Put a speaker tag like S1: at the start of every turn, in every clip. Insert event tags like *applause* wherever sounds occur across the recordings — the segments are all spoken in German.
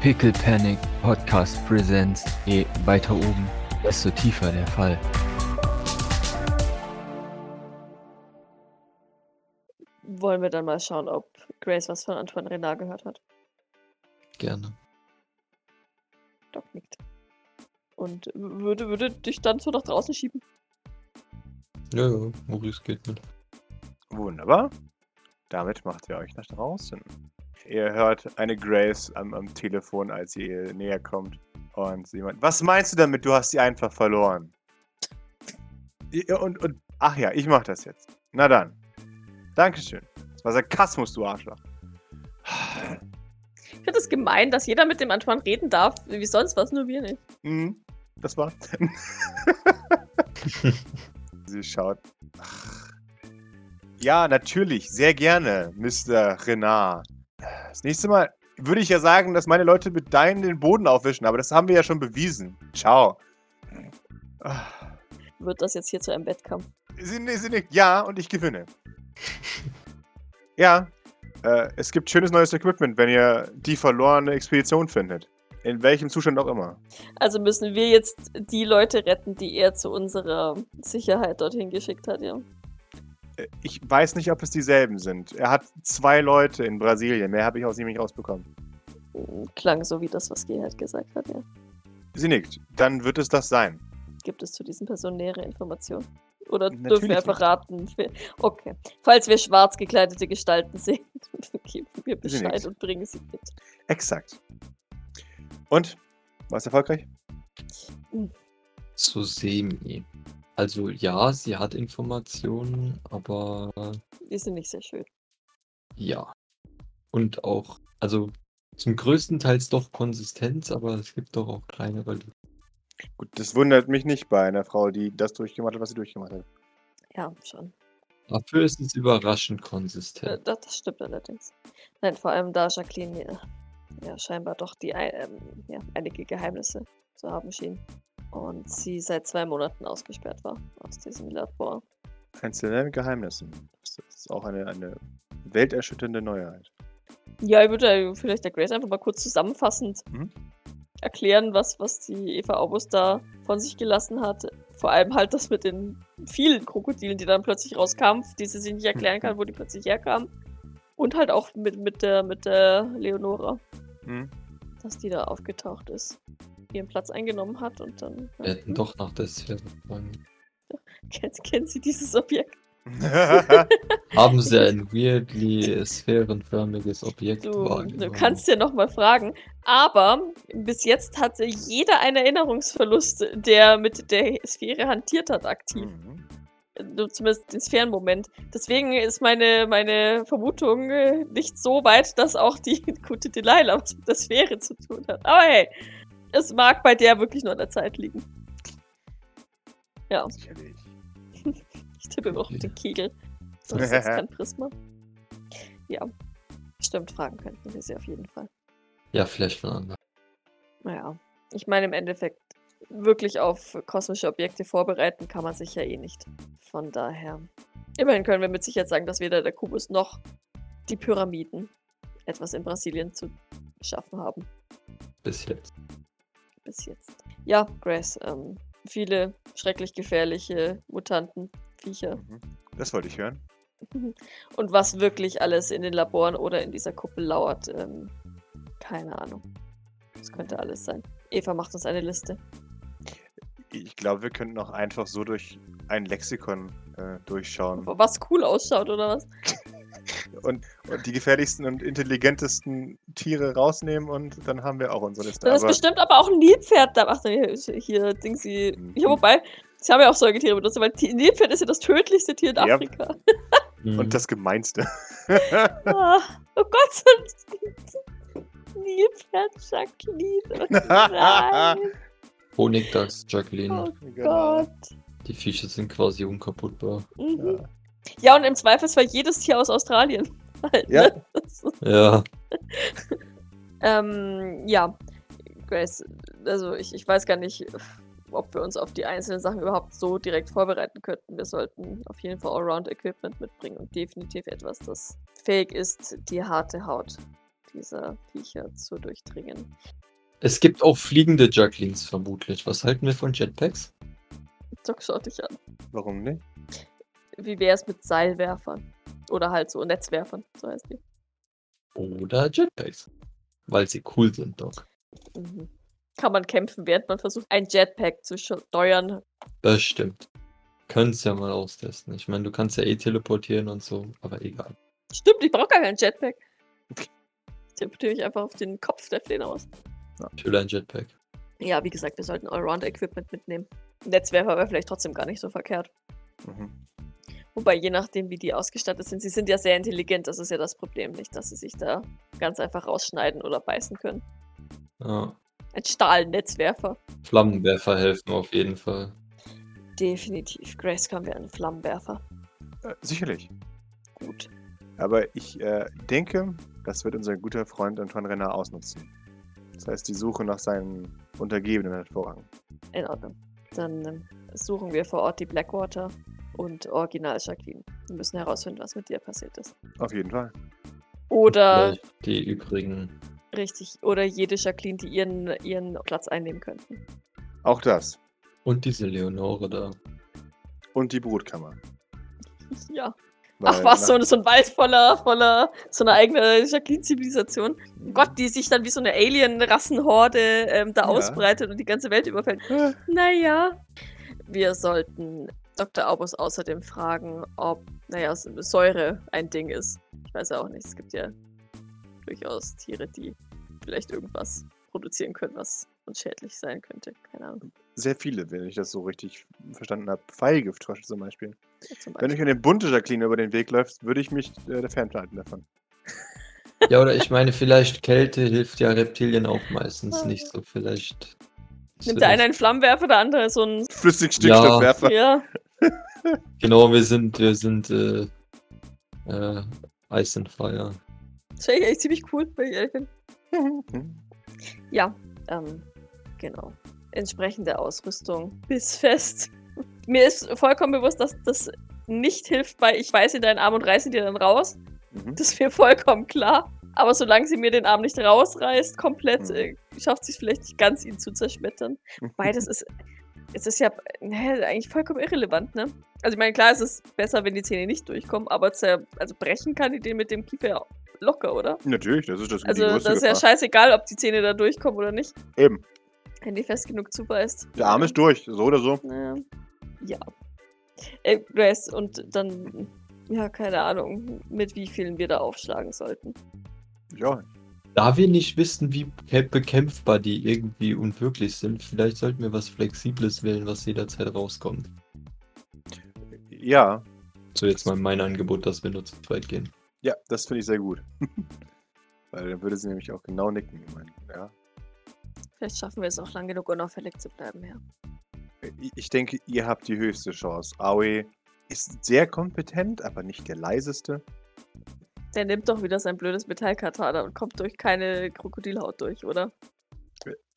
S1: Pickle Panic Podcast Presents. Je weiter oben, desto tiefer der Fall.
S2: Wollen wir dann mal schauen, ob Grace was von Antoine Renard gehört hat.
S3: Gerne.
S2: Doc nickt. Und w- würde, würde dich dann so nach draußen schieben.
S3: Ja, ja, Maurice geht mit.
S4: Wunderbar. Damit macht ihr euch nach draußen. Ihr hört eine Grace am, am Telefon, als ihr ihr näher kommt. Und sie meint, was meinst du damit? Du hast sie einfach verloren. Ja, Und, und ach ja, ich mach das jetzt. Na dann. Dankeschön. Das war Sarkasmus, du Arschloch.
S2: Ich finde es das gemein, dass jeder mit dem Antoine reden darf, wie sonst was, nur wir nicht.
S4: Mhm, das war. sie schaut. Ach. Ja, natürlich, sehr gerne, Mr. Renard. Das nächste Mal würde ich ja sagen, dass meine Leute mit deinen den Boden aufwischen, aber das haben wir ja schon bewiesen. Ciao. Ah.
S2: Wird das jetzt hier zu einem Wettkampf?
S4: Sie, nee, sie nickt ja und ich gewinne. ja, äh, es gibt schönes neues Equipment, wenn ihr die verlorene Expedition findet. In welchem Zustand auch immer.
S2: Also müssen wir jetzt die Leute retten, die er zu unserer Sicherheit dorthin geschickt hat, ja.
S4: Äh, Ich weiß nicht, ob es dieselben sind. Er hat zwei Leute in Brasilien. Mehr habe ich aus ihm nicht rausbekommen.
S2: Klang so wie das, was Gerhard gesagt hat, ja.
S4: Sie nickt. Dann wird es das sein.
S2: Gibt es zu diesen Personen nähere Informationen? Oder dürfen
S4: Natürlich
S2: wir
S4: nicht.
S2: verraten? wer- *laughs* Okay. Falls wir schwarz gekleidete Gestalten sehen, *laughs* geben wir
S4: Sie
S2: Bescheid
S4: nix.
S2: und bringen sie mit.
S4: Exakt. Und? War es erfolgreich?
S3: So semi. Also ja, sie hat Informationen, aber
S2: Die sind nicht sehr schön.
S3: ja. Und auch, also zum größten Teil doch Konsistenz, aber es gibt doch auch kleinere. die-
S4: Gut, das wundert mich nicht bei einer Frau, die das durchgemacht hat, was sie durchgemacht hat.
S2: Ja, schon.
S3: Dafür ist es überraschend
S2: Äh,
S3: konsistent.
S2: Das, das stimmt allerdings. Nein, vor allem da Jacqueline ja, ja scheinbar doch die ei- ähm, ja, einige Geheimnisse zu haben schien. Und sie seit zwei Monaten ausgesperrt war aus diesem Labor.
S4: Einzelne Geheimnisse. Das ist auch eine, eine welterschütternde Neuheit.
S2: Ja, ich würde äh, vielleicht der Grace einfach mal kurz zusammenfassend
S4: Mhm.
S2: erklären, was, was die Eva August da von sich gelassen hat. Vor allem halt das mit den vielen Krokodilen, die dann plötzlich rauskamen, die sie sich nicht erklären
S3: Mhm.
S2: kann, wo die plötzlich herkamen. Und halt auch mit, mit, der, mit der Leonora,
S4: *laughs* Hm?
S2: dass die da aufgetaucht ist, ihren Platz eingenommen hat und dann
S3: Wir hätten doch nach der Sphäre fragen.
S2: *laughs* kennt, kennt sie dieses Objekt.
S4: Mhm.
S3: Haben sie ein weirdly sphärenförmiges Objekt
S2: Du, du
S3: wahrgenommen?
S2: kannst ja nochmal fragen. Aber bis jetzt hatte jeder einen Erinnerungsverlust, der mit der Sphäre hantiert hat, aktiv.
S4: Mhm.
S2: Äh, Zumindest den Sphärenmoment. Deswegen ist meine, meine Vermutung äh, nicht so weit, dass auch die *laughs* gute Delilah was mit der Sphäre zu tun hat. Aber hey, es mag bei der wirklich nur an der Zeit liegen. Ja,
S4: Sicherlich.
S2: ich tippe immer noch mit dem Kegel. So ist das kein Prisma. Ja, stimmt, fragen könnten wir sie auf jeden Fall.
S3: Ja, vielleicht von anderen.
S2: Naja, ich meine im Endeffekt, wirklich auf kosmische Objekte vorbereiten kann man sich ja eh nicht. Von daher. Immerhin können wir mit Sicherheit sagen, dass weder der Kubus noch die Pyramiden etwas in Brasilien zu schaffen haben.
S3: Bis jetzt.
S2: Bis jetzt. Ja, Grace, ähm, viele schrecklich gefährliche Mutanten, Viecher
S4: Mhm. Das wollte ich hören.
S2: und was wirklich alles in den Laboren oder in dieser Kuppel lauert. Ähm, keine Ahnung. Das könnte alles sein. Eva macht uns eine Liste.
S4: Ich glaube, wir könnten auch einfach so durch ein Lexikon äh, durchschauen
S2: Was cool ausschaut, oder was?
S4: und die gefährlichsten und intelligentesten Tiere rausnehmen und dann haben wir auch unsere Liste.
S2: Da ist
S4: Aber
S2: bestimmt aber auch ein Nilpferd da. Ach, nee, hier, hier Dingsy.
S4: Mhm.
S2: Ja, wobei, sie haben ja auch Säugetiere benutzt, weil die- Nilpferd ist ja das tödlichste Tier in
S4: Ja.
S2: Afrika.
S3: Mhm.
S4: und das Gemeinste.
S2: Ah, oh Gott, so ein *laughs* Nilpferd,
S4: *laughs*
S2: Jacqueline. Oh nein,
S3: Honigdachs, Jacqueline.
S2: Oh
S4: Genau.
S2: Gott.
S3: Die Fische sind quasi unkaputtbar.
S2: Mhm.
S4: Ja.
S2: Ja, und im Zweifelsfall jedes Tier aus Australien. *laughs* Halt,
S4: Ja.
S2: ne? Das-
S3: Ja.
S2: Ähm, ja, Grace, also ich, ich weiß gar nicht, ob wir uns auf die einzelnen Sachen überhaupt so direkt vorbereiten könnten. Wir sollten auf jeden Fall Allround-Equipment mitbringen und definitiv etwas, das fähig ist, die harte Haut, dieser Viecher zu durchdringen.
S3: Es gibt auch fliegende Jugglings vermutlich. Was halten wir von Jetpacks?
S2: Doc schaut dich an.
S4: Warum nicht?
S2: Wie wäre es mit Seilwerfern? Oder halt so Netzwerfern, so heißt die.
S3: Oder Jetpacks? Weil sie cool sind, Doc.
S2: Mhm. Kann man kämpfen, während man versucht, ein Jetpack zu steuern.
S3: Das stimmt. Könnt's ja mal austesten. Ich meine, du kannst ja eh teleportieren und so, aber egal.
S2: Stimmt, ich brauche gar kein Jetpack. Ich teleportiere mich einfach auf den Kopf der Flehne aus.
S3: Ich will ein Jetpack.
S2: Ja, wie gesagt, wir sollten Allround-Equipment mitnehmen. Netzwerfer wäre vielleicht trotzdem gar nicht so verkehrt.
S4: Mhm.
S2: Wobei, je nachdem, wie die ausgestattet sind, sie sind ja sehr intelligent, das ist ja das Problem nicht, dass sie sich da ganz einfach rausschneiden oder beißen können.
S3: Ja.
S2: Ein Stahlnetzwerfer.
S3: Flammenwerfer helfen auf jeden Fall.
S2: Definitiv. Grace kann wir einen Flammenwerfer.
S4: Äh, sicherlich.
S2: Gut.
S4: Aber ich äh, denke, das wird unser guter Freund Antoine Renner ausnutzen. Das heißt, die Suche nach seinen Untergebenen hat Vorrang.
S2: In Ordnung. Dann ähm, suchen wir vor Ort die Blackwater und Original Jacqueline. Wir müssen herausfinden, was mit dir passiert ist.
S4: Auf jeden Fall.
S2: Oder
S3: Vielleicht Die übrigen.
S2: richtig, oder jede Jacqueline, die ihren, ihren Platz einnehmen könnten. *laughs*
S4: Auch das.
S3: Und diese Leonore da.
S4: Und die Brutkammer.
S2: Ja.
S4: Weil
S2: Ach was,
S4: nach-
S2: so, so ein Wald voller, voller, so eine eigene Jacqueline-Zivilisation. Gott, die sich dann wie so eine Alien-Rassenhorde ähm, da
S4: Ja.
S2: ausbreitet und die ganze Welt überfällt. Naja. Wir sollten Dr. Abus außerdem fragen, ob, naja, Säure ein Ding ist. Ich weiß ja auch nicht, es gibt ja durchaus Tiere, die vielleicht irgendwas produzieren können, was uns schädlich sein könnte. Keine Ahnung.
S4: *laughs* Sehr viele, wenn ich das so richtig verstanden habe. Pfeilgift zum Beispiel.
S2: Zum
S4: Wenn
S2: Beispiel.
S4: euch eine bunte Jacqueline über den Weg läuft, würde ich mich äh, der fernhalten davon. *laughs*
S3: Ja, oder ich meine, vielleicht Kälte hilft ja Reptilien auch meistens nicht so. Vielleicht.
S2: Nimmt der eine einen Flammenwerfer, der andere so ein. *laughs*
S4: Flüssigstickstoffwerfer.
S2: Ja.
S3: Genau, wir sind, wir sind äh, äh, Ice and Fire.
S2: Das wäre echt ziemlich cool, wenn ich ehrlich bin.
S4: Hm.
S2: Ja, ähm, genau. Entsprechende Ausrüstung. Bis fest. *laughs* Mir ist vollkommen bewusst, dass das nicht hilft bei ich weiß in deinen Arm und reiße ihn dir dann raus.
S4: Mhm.
S2: Das ist mir vollkommen klar. Aber solange sie mir den Arm nicht rausreißt, komplett,
S4: Mhm.
S2: äh, schafft sie es vielleicht nicht ganz, ihn zu zerschmettern. Beides ist, *laughs* es ist ja ne, eigentlich vollkommen irrelevant, ne? Also ich meine, klar, es ist besser, wenn die Zähne nicht durchkommen, aber zer, also brechen kann die den mit dem Kiefer ja locker, oder?
S4: Natürlich, das ist das die
S2: Also
S4: größte
S2: das ist ja
S4: Gefahr.
S2: scheißegal, ob die Zähne da durchkommen oder nicht.
S4: Eben.
S2: Wenn die fest genug zubeißt.
S4: Der Arm ist durch, so oder so.
S2: Naja. Ja. Äh, Grace, und dann, ja, keine Ahnung, mit wie vielen wir da aufschlagen sollten.
S4: Ja.
S3: Da wir nicht wissen, wie kä- bekämpfbar die irgendwie unwirklich sind, vielleicht sollten wir was Flexibles wählen, was jederzeit rauskommt.
S4: Ja,
S3: So jetzt mal mein Angebot, dass wir nur zu zweit gehen.
S4: ja, das finde ich sehr gut. *laughs* Weil dann würde sie nämlich auch genau nicken. Ich meine, ja.
S2: Vielleicht schaffen wir es auch lang genug, unauffällig zu bleiben, ja.
S4: Ich- Ich denke, ihr habt die höchste Chance. Aoi ist sehr kompetent, aber nicht der leiseste.
S2: Der nimmt doch wieder sein blödes Metallkatana und kommt durch keine Krokodilhaut durch, oder?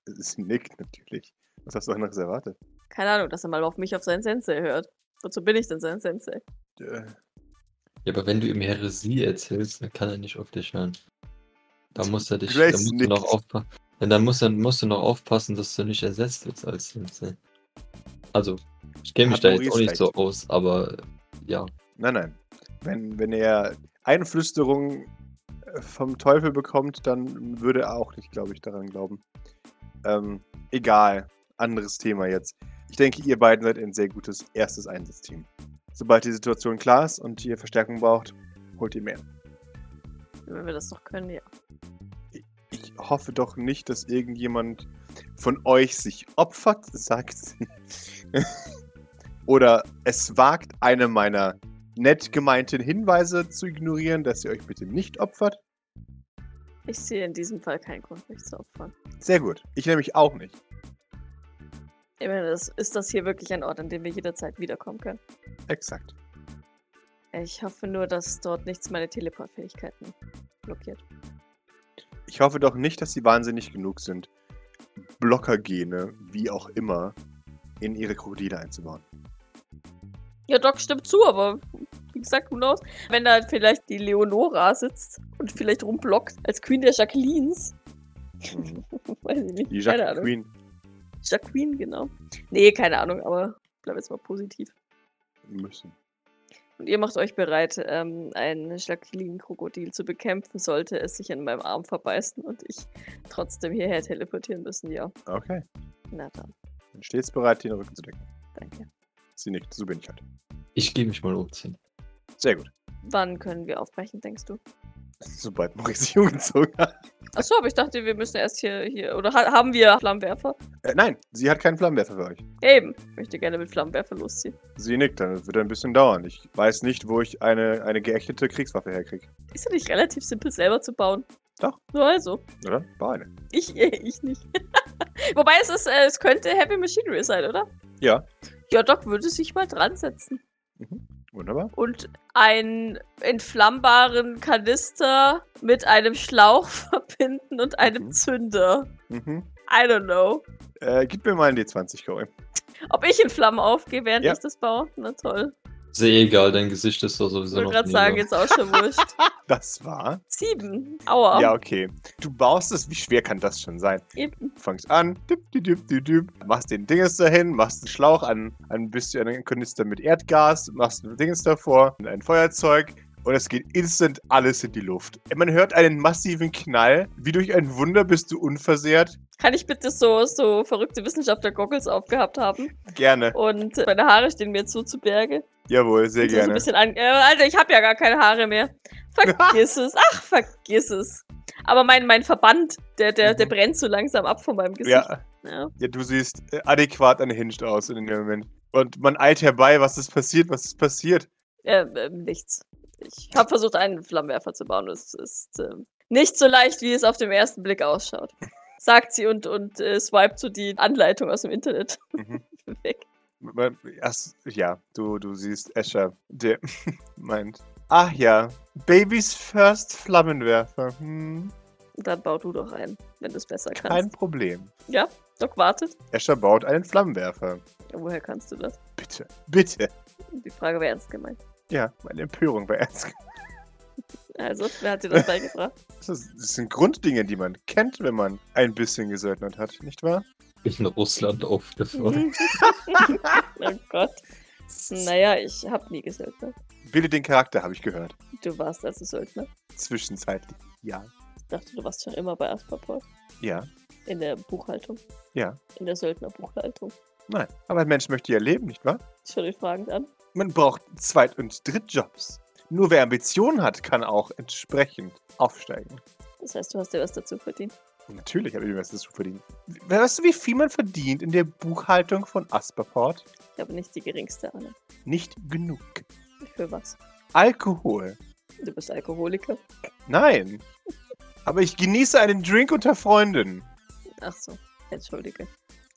S4: Sie nickt natürlich. Was hast du anderes erwartet?
S2: Keine Ahnung, dass er mal auf mich auf seinen Sensei hört. Wozu bin ich denn sein Sensei?
S4: Äh,
S3: Ja, aber wenn du ihm Heresie erzählst, dann kann er nicht auf dich hören. Da muss er dich da
S4: Grace
S3: musst du
S4: nickt.
S3: noch aufpassen. Dann muss er, musst du noch aufpassen, dass du nicht ersetzt wirst als Sensei. Also, ich kenne mich
S4: Hat
S3: da jetzt
S4: Maurice
S3: auch nicht so
S4: recht.
S3: aus, aber ja.
S4: Nein, nein. Wenn, wenn er Einflüsterungen äh, vom Teufel bekommt, dann würde er auch nicht, glaube ich, daran glauben. Ähm, egal. Anderes Thema jetzt. Ich denke, ihr beiden seid ein sehr gutes erstes Einsatzteam. Sobald die Situation klar ist und ihr Verstärkung braucht, holt ihr mehr.
S2: Wenn wir das doch können, ja.
S4: Ich hoffe doch nicht, dass irgendjemand von euch sich opfert, *laughs* sagt sie. Oder es wagt, eine meiner nett gemeinten Hinweise zu ignorieren, dass ihr euch bitte nicht opfert.
S2: Ich sehe in diesem Fall keinen Grund, mich zu opfern.
S4: Sehr gut. Ich nämlich auch nicht.
S2: Ich meine, das, ist das hier wirklich ein Ort, an dem wir jederzeit wiederkommen können?
S4: Exakt.
S2: Ich hoffe nur, dass dort nichts meine Teleportfähigkeiten blockiert.
S4: Ich hoffe doch nicht, dass sie wahnsinnig genug sind, Blockergene, wie auch immer, in ihre Krokodile einzubauen.
S2: Ja, Doc stimmt zu, aber wie gesagt, who knows? Wenn da vielleicht die Leonora sitzt und vielleicht rumblockt als Queen der Jacquelines. *laughs*
S4: Mhm.
S2: Weiß ich nicht.
S4: Die
S2: keine
S4: Jacques
S2: Ahnung.
S4: Queen.
S2: Jacqueline, genau. Nee, keine Ahnung, aber ich bleib jetzt mal positiv.
S4: Müssen.
S2: Und ihr macht euch bereit, ähm, ein Jacqueline-Krokodil zu bekämpfen, sollte es sich an meinem Arm verbeißen und ich trotzdem hierher teleportieren müssen, ja.
S4: Okay.
S2: Na dann,
S4: Bin stets bereit, den Rücken zu decken.
S2: danke.
S4: Sie nickt, so bin ich halt.
S3: Ich gehe mich mal umziehen.
S4: Sehr gut.
S2: Wann können wir aufbrechen, denkst du?
S4: Sobald Maurice sich *laughs* umgezogen hat.
S2: Achso, aber ich dachte, wir müssen erst hier, hier oder ha haben wir Flammenwerfer?
S4: Äh, nein, sie hat keinen Flammenwerfer für euch.
S2: Eben, ich möchte gerne mit Flammenwerfer losziehen.
S4: Sie nickt, dann wird ein bisschen dauern. Ich weiß nicht, wo ich eine, eine geächtete Kriegswaffe herkriege.
S2: Ist ja nicht relativ simpel, selber zu bauen.
S4: Doch.
S2: So also.
S4: Oder? War eine.
S2: Ich, *laughs* ich nicht. Wobei es ist, äh, es könnte Heavy Machinery sein, oder?
S4: Ja.
S2: Ja, Doc würde sich mal dran setzen.
S4: Wunderbar.
S2: Und einen entflammbaren Kanister mit einem Schlauch *laughs* verbinden und einem
S4: Mhm.
S2: Zünder.
S4: Mhm.
S2: I don't know.
S4: Äh, gib mir mal einen D20, Corey.
S2: Ob ich in Flammen aufgehe, während
S4: Ja.
S2: ich das baue? Na toll.
S3: Ist ja eh egal, dein Gesicht ist doch
S2: Ich
S3: sowieso
S2: wollte
S3: noch
S2: gerade sagen,
S3: Nebel.
S2: jetzt auch schon
S4: *laughs*
S2: wurscht.
S4: Das war.
S2: Sieben. Aua.
S4: Ja, okay. Du baust es, wie schwer kann das schon sein?
S2: Eben.
S4: Fangst an, dip, dip, dip, dip, dip, machst den Dinges dahin, machst einen Schlauch an, an ein bisschen einen Kanister mit Erdgas, machst ein Dinges davor, ein Feuerzeug und es geht instant alles in die Luft. Man hört einen massiven Knall. Wie durch ein Wunder bist du unversehrt.
S2: Kann ich bitte so, so verrückte Wissenschaftler-Goggles aufgehabt haben?
S4: Gerne.
S2: Und meine Haare stehen mir jetzt so zu Berge.
S4: Jawohl, sehr
S2: Und so- So ein
S4: gerne.
S2: bisschen an äh, Alter, ich habe ja gar keine Haare mehr. Vergiss es. Ach, vergiss es. Aber mein, mein Verband, der, der, der
S4: Mhm.
S2: brennt so langsam ab von meinem Gesicht. ne?
S4: Ja,
S2: Ja.
S4: ja, du siehst äh, adäquat unhinged aus in dem Moment. Und man eilt herbei, was ist passiert, was ist passiert.
S2: Äh, ähm, nichts. Ich habe versucht, einen Flammenwerfer zu bauen. Es ist ähm, nicht so leicht, wie es auf dem ersten Blick ausschaut. Sagt sie und, und äh, swiped so die Anleitung aus dem Internet *laughs*
S4: Mhm.
S2: weg.
S4: Man- erst- Ja, du, du siehst Escher, der *laughs* meint. Ach ja, Babys First Flammenwerfer. Hm,
S2: Und dann bau du doch ein, wenn du es besser
S4: kein
S2: kannst.
S4: Problem.
S2: Doc wartet.
S4: Escher baut einen Flammenwerfer.
S2: Ja, woher kannst du das?
S4: Bitte, bitte.
S2: Die Frage wäre ernst gemeint.
S4: Ja, meine Empörung war ernst.
S2: Also, wer hat dir das beigebracht?
S4: Das, ist, das sind Grunddinge, die man kennt, wenn man ein bisschen gesöldnet hat, nicht wahr?
S3: in Russland
S2: *laughs*
S3: *laughs* aufgefahren.
S2: oh Gott. Naja, ich hab nie gesöldnet.
S4: Wähle den Charakter, habe ich gehört.
S2: Du warst also Söldner.
S4: Zwischenzeitlich. Ja.
S2: Ich dachte, du warst schon immer bei Aspapol.
S4: Ja.
S2: In der Buchhaltung.
S4: Ja.
S2: In der Söldnerbuchhaltung.
S4: Nein. Aber ein Mensch möchte ja leben, nicht wahr?
S2: Schau dich fragend an.
S4: Man braucht Zweit- und Drittjobs. Nur wer Ambitionen hat, kann auch entsprechend aufsteigen.
S2: Das heißt, du hast dir was dazu verdient.
S4: Natürlich habe ich mir was dazu verdient. We- Weißt du, wie viel man verdient in der Buchhaltung von Asperport?
S2: Ich habe nicht die geringste Ahnung.
S4: Nicht genug.
S2: Für was?
S4: Alkohol?
S2: Du bist Alkoholiker.
S4: Nein. Aber ich genieße einen Drink unter Freunden.
S2: Ach so. Entschuldige.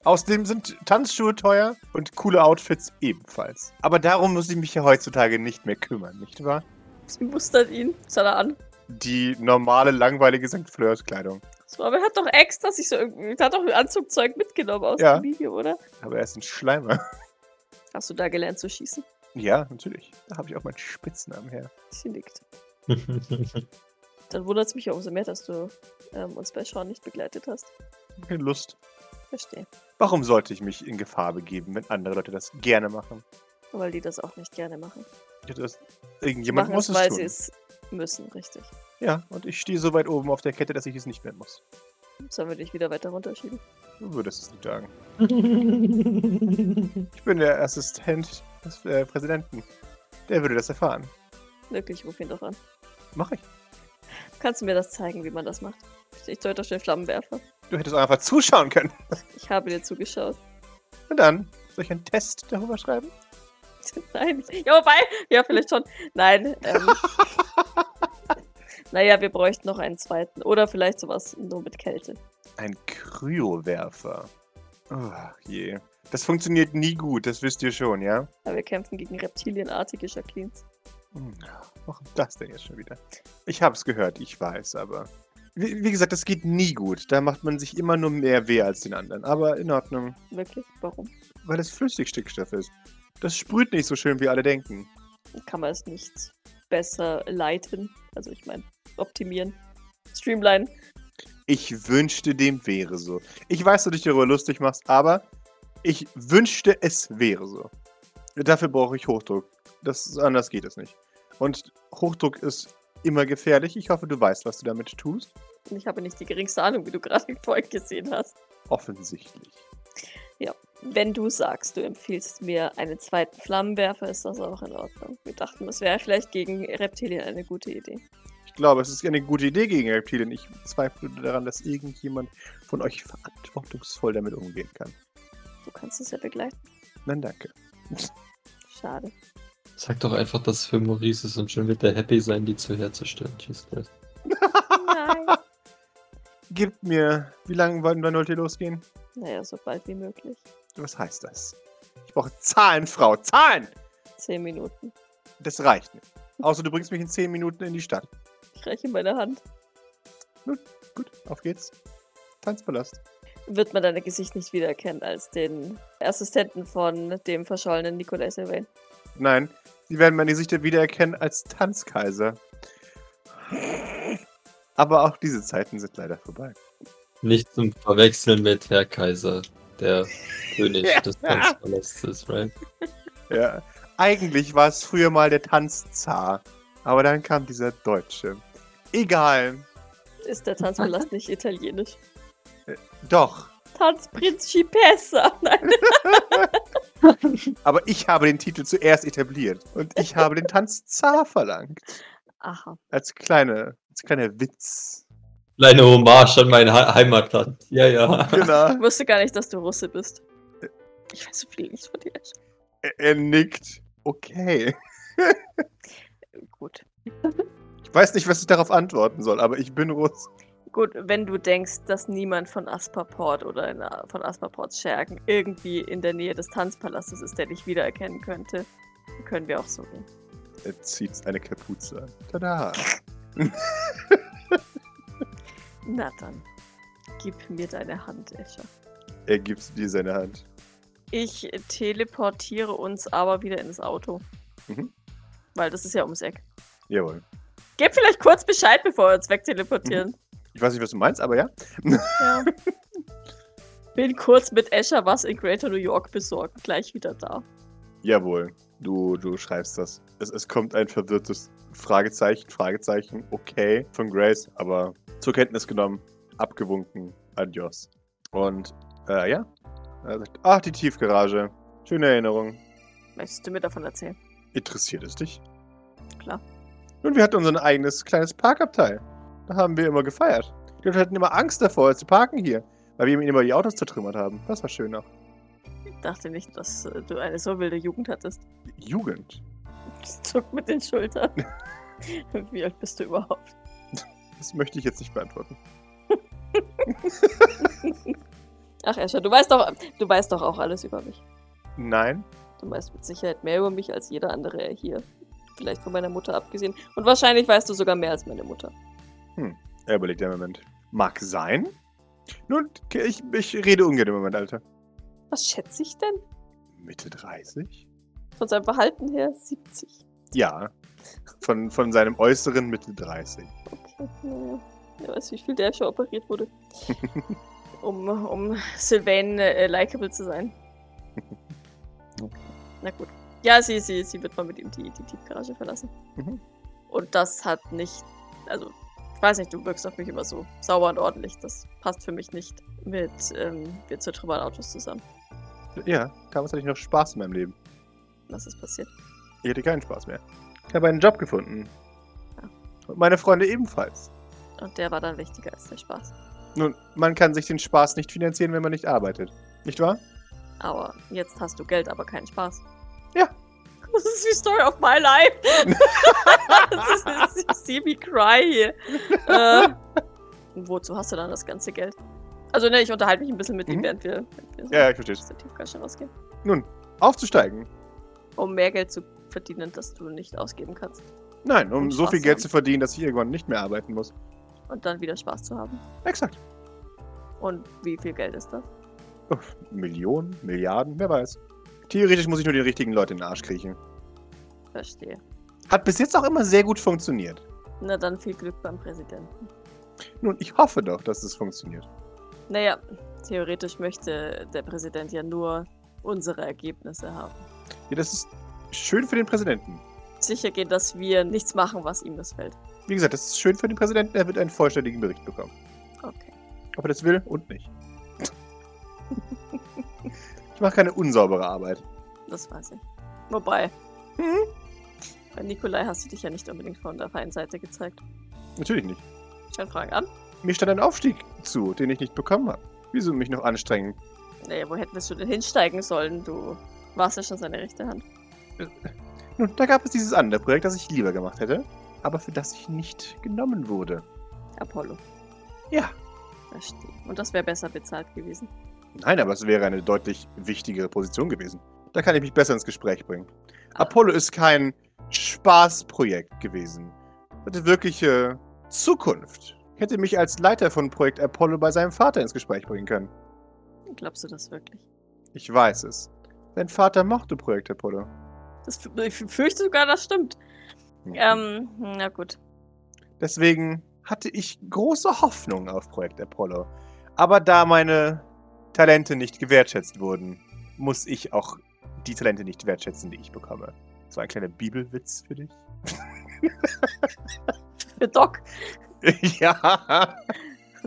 S4: Außerdem sind Tanzschuhe teuer und coole Outfits ebenfalls. Aber darum muss ich mich ja heutzutage nicht mehr kümmern, nicht wahr?
S2: Sie mustert ihn. Schau da an.
S4: Die normale, langweilige St. Fleurs-Kleidung.
S2: So, aber er hat doch extra sich so irgendwie. Er hat doch Anzugzeug mitgenommen aus
S4: Ja.
S2: dem Video, oder?
S4: Aber er ist ein Schleimer.
S2: Hast du da gelernt zu schießen?
S4: Ja, natürlich. Da habe ich auch meinen Spitznamen her.
S2: Sie nickt. Dann wundert es mich ja umso mehr, dass du ähm, uns bei Sean nicht begleitet hast.
S4: Keine Lust.
S2: Verstehe.
S4: Warum sollte ich mich in Gefahr begeben, wenn andere Leute das gerne machen?
S2: Weil die das auch nicht gerne machen.
S4: Ich hätte das-
S2: Die
S4: Irgendjemand
S2: machen es,
S4: muss es
S2: weil
S4: tun.
S2: sie es müssen, richtig.
S4: Ja, und ich stehe so weit oben auf der Kette, dass ich es nicht mehr muss.
S2: Sollen wir dich wieder weiter runterschieben?
S4: Du würdest es
S2: *laughs*
S4: nicht sagen. Ich bin der Assistent des äh, Präsidenten. Der würde das erfahren.
S2: Wirklich, ruf ihn doch an.
S4: Mach ich.
S2: Kannst du mir das zeigen, wie man das macht? Ich deute auf den Flammenwerfer.
S4: Du hättest auch einfach zuschauen können.
S2: Ich habe dir zugeschaut.
S4: Und dann, soll ich einen Test darüber schreiben?
S2: Nein. Ja, wobei. Ja, vielleicht schon. Nein. Ähm. naja, wir bräuchten noch einen zweiten. Oder vielleicht sowas nur mit Kälte.
S4: Ein Kryowerfer. Oh, je. Das funktioniert nie gut, das wisst ihr schon, ja?
S2: Aber wir kämpfen gegen reptilienartige Jacquelines.
S4: Hm, Warum das denn jetzt schon wieder? Ich hab's gehört, ich weiß, aber. Wie, wie gesagt, das geht nie gut. Da macht man sich immer nur mehr weh als den anderen. Aber in Ordnung,
S2: Wirklich? Warum?
S4: weil es Flüssigstickstoff ist. Das sprüht nicht so schön, wie alle denken.
S2: kann man es nicht besser leiten. Also ich meine, optimieren, streamline.
S4: Ich wünschte, dem wäre so. Ich weiß, dass du dich darüber lustig machst, aber ich wünschte, es wäre so. Dafür brauche ich Hochdruck. Das, anders geht es nicht. Und Hochdruck ist immer gefährlich. Ich hoffe, du weißt, was du damit tust.
S2: Und ich habe nicht die geringste Ahnung, wie du gerade *laughs* vorhin gesehen hast.
S4: Offensichtlich.
S2: Wenn du sagst, du empfiehlst mir einen zweiten Flammenwerfer, ist das auch in Ordnung. Wir dachten, es wäre vielleicht gegen Reptilien eine gute Idee.
S4: Ich glaube, es ist eine gute Idee gegen Reptilien. Ich zweifle daran, dass irgendjemand von euch verantwortungsvoll damit umgehen kann.
S2: Du kannst es ja begleiten.
S4: Nein, danke.
S2: Schade.
S3: Sag doch einfach, dass es für Maurice ist und schon wird er happy sein, die zu herzustellen. Tschüss, Chris.
S2: Nein.
S4: Gebt mir, wie lange wollen wir heute losgehen?
S2: Naja, so bald wie möglich.
S4: Was heißt das? Ich brauche Zahlen, Frau, Zahlen!
S2: Zehn Minuten.
S4: Das reicht nicht. Außer du bringst mich in 10 Minuten in die Stadt.
S2: Ich reiche meine Hand.
S4: Gut, auf geht's. Tanzpalast.
S2: Wird man dein Gesicht nicht wiedererkennen als den Assistenten von dem verschollenen Nikolai Sylvain.
S4: Nein, sie werden meine Gesichter wiedererkennen als Tanzkaiser. Aber auch diese Zeiten sind leider vorbei.
S3: Nicht zum Verwechseln mit Herr Kaiser, der König
S4: Ja.
S3: des Tanzpalastes, right?
S4: Ja. Eigentlich war es früher mal der Tanzzar. Aber dann kam dieser Deutsche. Egal.
S2: Ist der Tanzpalast nicht italienisch?
S4: Doch.
S2: Tanzprinzipessa! Nein,
S4: Aber ich habe den Titel zuerst etabliert. Und ich habe den Tanzzar verlangt.
S2: Aha.
S4: Als, kleine, als kleiner Witz.
S3: Kleine Hommage an mein Ha- Heimatland. Ja, ja.
S4: Genau.
S2: *laughs* Ich wusste gar nicht, dass du Russe bist. Ich weiß so viel nicht von dir.
S4: Er, er nickt. Okay.
S2: Gut.
S4: Ich weiß nicht, was ich darauf antworten soll, aber ich bin Russ.
S2: Gut, wenn du denkst, dass niemand von Asperport oder in, von Asperports Schergen irgendwie in der Nähe des Tanzpalastes ist, der dich wiedererkennen könnte, können wir auch so gehen.
S4: Er zieht eine Kapuze an. Tada.
S2: Na dann, gib mir deine Hand, Escher.
S4: Er gibt dir seine Hand.
S2: Ich teleportiere uns aber wieder ins Auto.
S4: Mhm.
S2: Weil das ist ja ums Eck.
S4: Jawohl.
S2: Gebt vielleicht kurz Bescheid, bevor wir uns wegteleportieren.
S4: Ich weiß nicht, was du meinst, aber ja.
S2: Ja. *laughs* Bin kurz mit Escher was in Greater New York besorgt. Gleich wieder da.
S4: Jawohl. Du, du schreibst das. Es, es kommt ein verwirrtes Fragezeichen, Fragezeichen, okay, von Grace, aber zur Kenntnis genommen, abgewunken, adios. Und, äh, ja. Er sagt, ach, die Tiefgarage. Schöne Erinnerung.
S2: Möchtest du mir davon erzählen?
S4: Interessiert es dich?
S2: Klar.
S4: Nun, wir hatten unser eigenes kleines Parkabteil. Da haben wir immer gefeiert. Die Leute hatten immer Angst davor, als sie parken hier, weil wir ihnen immer die Autos zertrümmert haben. Das war schön auch.
S2: Ich dachte nicht, dass äh, du eine so wilde Jugend hattest.
S4: Jugend.
S2: Ich zuck mit den Schultern. Wie alt bist du überhaupt?
S4: Das möchte ich jetzt nicht beantworten.
S2: Ach, Escher, du weißt doch, du weißt doch auch alles über mich.
S4: Nein.
S2: Du weißt mit Sicherheit mehr über mich als jeder andere äh, hier. Vielleicht von meiner Mutter abgesehen. Und wahrscheinlich weißt du sogar mehr als meine Mutter.
S4: Er überlegt einen Moment. Mag sein? Nun, ich, ich rede ungern im Moment, Alter.
S2: Was schätze ich denn?
S4: Mitte 30?
S2: Von seinem Verhalten her 70.
S4: Ja. Von, von seinem Äußeren Mitte 30.
S2: Okay, naja. Wer weiß, wie viel der schon operiert wurde. um, um Sylvain äh, likable zu sein. Na gut. Ja, sie, sie, sie wird mal mit ihm die, die Tiefgarage verlassen.
S4: Mhm.
S2: Und das hat nicht. Also, ich weiß nicht, du wirkst auf mich immer so sauber und ordentlich. Das passt für mich nicht mit ähm, wir zertrümmern Autos zusammen.
S4: Ja, damals hatte ich noch Spaß in meinem Leben.
S2: Was ist passiert?
S4: Ich hatte keinen Spaß mehr. Ich habe einen Job gefunden.
S2: Ja.
S4: Und meine Freunde ebenfalls.
S2: Und der war dann wichtiger als der Spaß.
S4: Nun, man kann sich den Spaß nicht finanzieren, wenn man nicht arbeitet. Nicht wahr?
S2: Aber jetzt hast du Geld, aber keinen Spaß.
S4: Ja.
S2: *laughs* Das ist die Story of my life. *laughs* das ist das ist semi-cry
S4: *laughs*
S2: hier. Äh, und wozu hast du dann das ganze Geld? Also ne, ich unterhalte mich ein bisschen mit ihm,
S4: Mhm.
S2: während wir, während wir so
S4: Ja, ja, ich verstehe
S2: aus der Tiefgarage rausgehen.
S4: Aufzusteigen?
S2: Um mehr Geld zu verdienen, das du nicht ausgeben kannst.
S4: Nein, um
S2: Und
S4: so
S2: Spaß
S4: viel Geld
S2: haben.
S4: zu verdienen, dass ich irgendwann nicht mehr arbeiten muss.
S2: Und dann wieder Spaß zu haben.
S4: Exakt.
S2: Und wie viel Geld ist das?
S4: Uff, Millionen, Milliarden, wer weiß. Theoretisch muss ich nur den richtigen Leuten in den Arsch kriechen.
S2: Verstehe.
S4: Hat bis jetzt auch immer sehr gut funktioniert.
S2: Na dann viel Glück beim Präsidenten.
S4: Nun, ich hoffe doch, dass es funktioniert.
S2: Naja, theoretisch möchte der Präsident ja nur unsere Ergebnisse haben.
S4: Ja, das ist schön für den Präsidenten.
S2: Sicher gehen, dass wir nichts machen, was ihm missfällt.
S4: Wie gesagt, das ist schön für den Präsidenten. Er wird einen vollständigen Bericht bekommen.
S2: Okay.
S4: Ob er das will und nicht. ich mache keine unsaubere Arbeit.
S2: Das weiß ich. Wobei,
S4: Hm?
S2: bei Nikolai hast du dich ja nicht unbedingt von der feinen Seite gezeigt.
S4: Natürlich nicht.
S2: Schön Fragen an.
S4: Mir stand ein Aufstieg zu, den ich nicht bekommen habe. Wieso mich noch anstrengen?
S2: Naja, wo hättest du denn hinsteigen sollen? Du warst ja schon seine rechte Hand.
S4: Nun, da gab es dieses andere Projekt, das ich lieber gemacht hätte, aber für das ich nicht genommen wurde.
S2: Apollo.
S4: Ja.
S2: Verstehe. Und das wäre besser bezahlt gewesen.
S4: Nein, aber es wäre eine deutlich wichtigere Position gewesen. Da kann ich mich besser ins Gespräch bringen.
S2: Ah.
S4: Apollo ist kein Spaßprojekt gewesen. Es hatte wirkliche Zukunft. Ich hätte mich als Leiter von Projekt Apollo bei seinem Vater ins Gespräch bringen können.
S2: Glaubst du das wirklich?
S4: Ich weiß es. Sein Vater mochte Projekt Apollo.
S2: Das f- ich fürchte sogar, das stimmt. Ähm, na gut.
S4: Deswegen hatte ich große Hoffnung auf Projekt Apollo. Aber da meine Talente nicht gewertschätzt wurden, muss ich auch die Talente nicht wertschätzen, die ich bekomme. So ein kleiner Bibelwitz für dich. *laughs*
S2: Für Doc. *laughs*
S4: ja.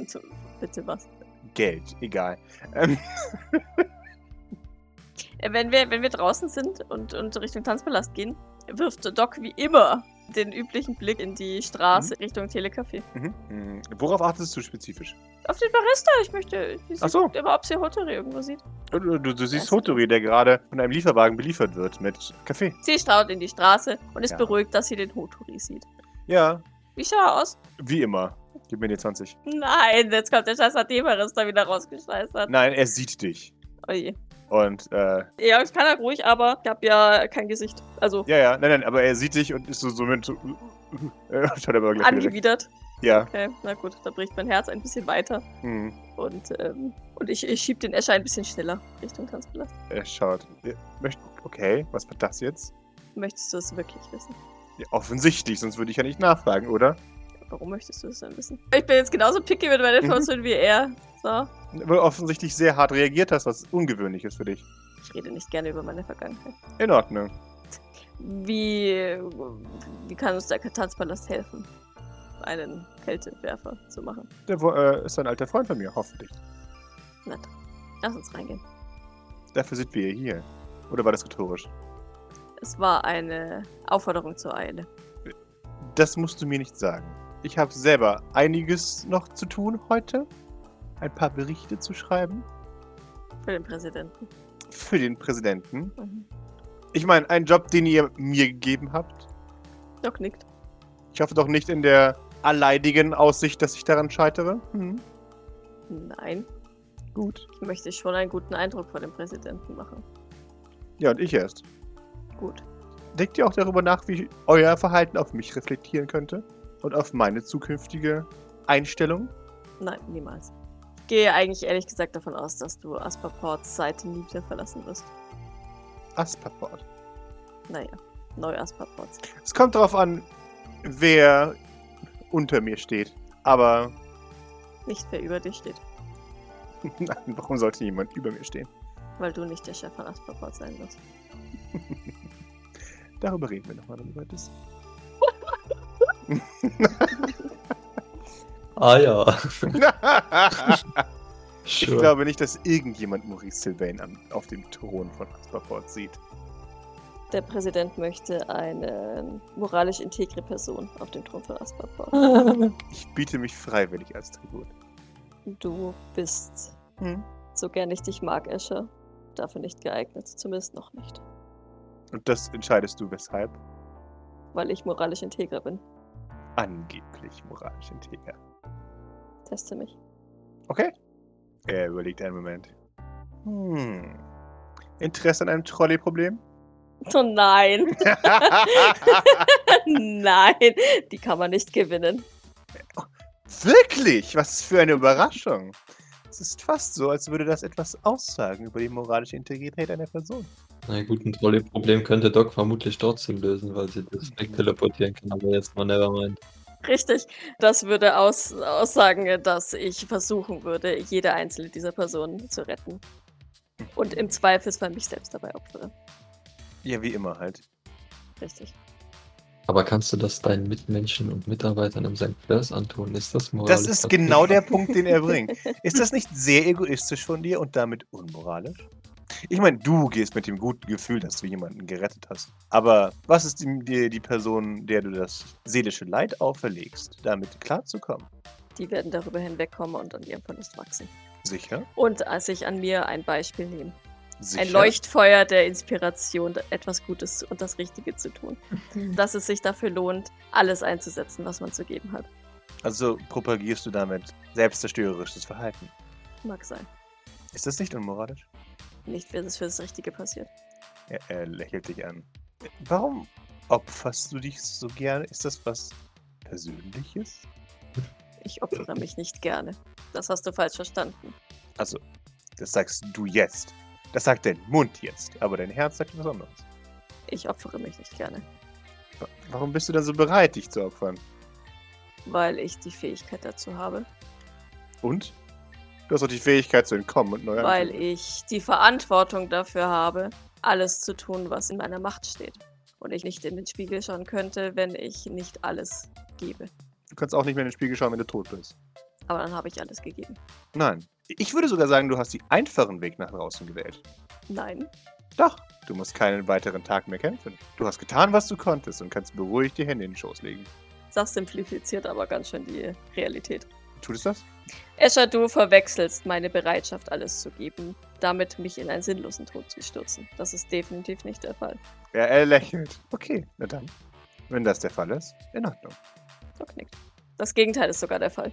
S2: So, Bitte was.
S4: Geld, egal. Ähm,
S2: Äh, Wenn wir, wenn wir draußen sind und, und Richtung Tanzpalast gehen, wirft Doc wie immer den üblichen Blick in die Straße Richtung Telecafé.
S4: mhm. Mhm. Worauf achtest du spezifisch?
S2: Auf den Barista, ich möchte. Ich
S4: Ach so.
S2: Aber ob sie Hotori irgendwo sieht.
S4: Du, du, du siehst
S2: Weiß nicht.
S4: Hotori, der gerade von einem Lieferwagen beliefert wird mit Kaffee.
S2: Sie schaut in die Straße und ist
S4: Ja.
S2: beruhigt, dass sie den Hotori sieht.
S4: Ja,
S2: Wie schaut er aus?
S4: wie immer. Gib mir die 20.
S2: Nein, jetzt kommt der scheiß Barista wieder rausgescheißert.
S4: Nein, er sieht dich.
S2: Oje.
S4: Und, äh,
S2: Ja, das kann er ruhig, aber ich habe ja kein Gesicht. Also
S4: ja, ja, nein, nein, aber er sieht dich und ist so, so *laughs* mit so. Äh, schaut aber gleich wieder weg.
S2: angewidert.
S4: Ja.
S2: Okay, na gut, da bricht mein Herz ein bisschen weiter.
S4: Hm.
S2: Und, ähm, und ich, ich schieb den Escher ein bisschen schneller Richtung Tanzpalast.
S4: Er schaut. Er möcht- Okay, was war das jetzt?
S2: Möchtest du es wirklich wissen?
S4: Ja, offensichtlich, sonst würde ich ja nicht nachfragen, oder?
S2: Warum möchtest du es denn wissen? Ich bin jetzt genauso picky mit meiner
S4: Mhm.
S2: Information wie er. So,
S4: Weil du offensichtlich sehr hart reagiert hast, was ungewöhnlich ist für dich.
S2: ich rede nicht gerne über meine Vergangenheit.
S4: In Ordnung.
S2: Wie, wie kann uns der Tanzpalast helfen, einen Kältewerfer zu machen?
S4: Der wo- äh, ist ein alter Freund von mir, hoffentlich.
S2: Na, dann, lass uns reingehen.
S4: Dafür sind wir hier. Oder war das rhetorisch?
S2: Es war eine Aufforderung zur Eile.
S4: Das musst du mir nicht sagen. Ich habe selber einiges noch zu tun heute. Ein paar Berichte zu schreiben.
S2: Für den Präsidenten.
S4: Für den Präsidenten.
S2: Mhm.
S4: Ich meine, einen Job, den ihr mir gegeben habt.
S2: Doc nickt.
S4: Ich hoffe doch nicht in der alleinigen Aussicht, dass ich daran scheitere. Hm,
S2: Nein,
S4: gut.
S2: ich möchte schon einen guten Eindruck vor dem Präsidenten machen.
S4: Ja, und ich erst.
S2: Gut.
S4: Denkt ihr auch darüber nach, wie euer Verhalten auf mich reflektieren könnte? Und auf meine zukünftige Einstellung?
S2: Nein, niemals. Ich gehe eigentlich ehrlich gesagt davon aus, dass du Asperports Seite nie wieder verlassen wirst.
S4: Aspaport.
S2: Naja, neu Asperports.
S4: Es kommt darauf an, wer unter mir steht. Aber *laughs*
S2: Nicht wer über dich steht,
S4: nein, warum sollte jemand über mir stehen?
S2: weil du nicht der Chef von Asperports sein wirst.
S4: Darüber reden wir nochmal, wenn du *laughs* das.
S3: Ah ja.
S4: ich
S3: Sure.
S4: glaube nicht, dass irgendjemand Maurice Sylvain am, auf dem Thron von Aspaport sieht.
S2: Der Präsident möchte eine moralisch integre Person auf dem Thron von Asperport.
S4: Ich biete mich freiwillig als Tribut.
S2: Du bist,
S4: Hm.
S2: so gern ich dich mag, Escher, dafür nicht geeignet. Zumindest noch nicht.
S4: Und das entscheidest du weshalb?
S2: Weil ich moralisch integer bin.
S4: Angeblich moralisch integer.
S2: Teste mich.
S4: Okay. Er überlegt einen Moment. Hm. Interesse an einem Trolley-Problem? *laughs*
S2: Oh nein, *laughs* nein, die kann man nicht gewinnen.
S4: Wirklich? Was für eine Überraschung. Es ist fast so, als würde das etwas aussagen über die moralische Integrität einer Person.
S3: Na gut, ein Trolley-Problem könnte Doc vermutlich trotzdem lösen, weil sie das wegteleportieren kann, aber jetzt mal nevermind.
S2: Richtig, das würde aus aussagen, dass ich versuchen würde, jede einzelne dieser Personen zu retten. Und im Zweifelsfall mich selbst dabei opfere.
S4: Ja, wie immer halt.
S2: Richtig.
S3: Aber kannst du das deinen Mitmenschen und Mitarbeitern im St. Flairs antun? Ist das moralisch?
S4: Das ist genau der Punkt, den er bringt. Ist das nicht sehr egoistisch von dir und damit unmoralisch? Ich meine, du gehst mit dem guten Gefühl, dass du jemanden gerettet hast. Aber was ist ihm- dir die Person, der du das seelische Leid auferlegst, damit klarzukommen?
S2: Die werden darüber hinwegkommen und an ihrem Verlust wachsen.
S4: Sicher?
S2: Und als ich an mir ein Beispiel nehmen.
S4: Sicher?
S2: Ein Leuchtfeuer der Inspiration, etwas Gutes und das Richtige zu tun. Dass es sich dafür lohnt, alles einzusetzen, was man zu geben hat.
S4: Also propagierst du damit selbstzerstörerisches Verhalten.
S2: Mag sein.
S4: Ist das nicht unmoralisch?
S2: Nicht, wenn es für das Richtige passiert.
S4: Er, er lächelt dich an. Warum opferst du dich so gerne? Ist das was Persönliches?
S2: Ich opfere mich nicht gerne. Das hast du falsch verstanden.
S4: Also, das sagst du jetzt. Das sagt dein Mund jetzt, aber dein Herz sagt was anderes.
S2: Ich opfere mich nicht gerne,
S4: Wa- Warum bist du dann so bereit, dich zu opfern?
S2: weil ich die Fähigkeit dazu habe,
S4: Und? Du hast doch die Fähigkeit zu entkommen und neu
S2: weil
S4: anzufangen.
S2: ich die Verantwortung dafür habe, alles zu tun, was in meiner Macht steht. Und ich nicht in den Spiegel schauen könnte, wenn ich nicht alles gebe.
S4: Du kannst auch nicht mehr in den Spiegel schauen, wenn du tot bist.
S2: Aber dann habe ich alles gegeben.
S4: Nein. Ich würde sogar sagen, du hast den einfachen Weg nach draußen gewählt.
S2: Nein,
S4: Doch, du musst keinen weiteren Tag mehr kämpfen. Du hast getan, was du konntest und kannst beruhigt die Hände in den Schoß legen.
S2: das simplifiziert aber ganz schön die Realität.
S4: Tut es das?
S2: Escher, du verwechselst meine Bereitschaft, alles zu geben, damit mich in einen sinnlosen Tod zu stürzen. Das ist definitiv nicht der Fall.
S4: Ja, er lächelt. Okay, na dann. Wenn das der Fall ist, in Ordnung.
S2: Doc nickt. Das Gegenteil ist sogar der Fall.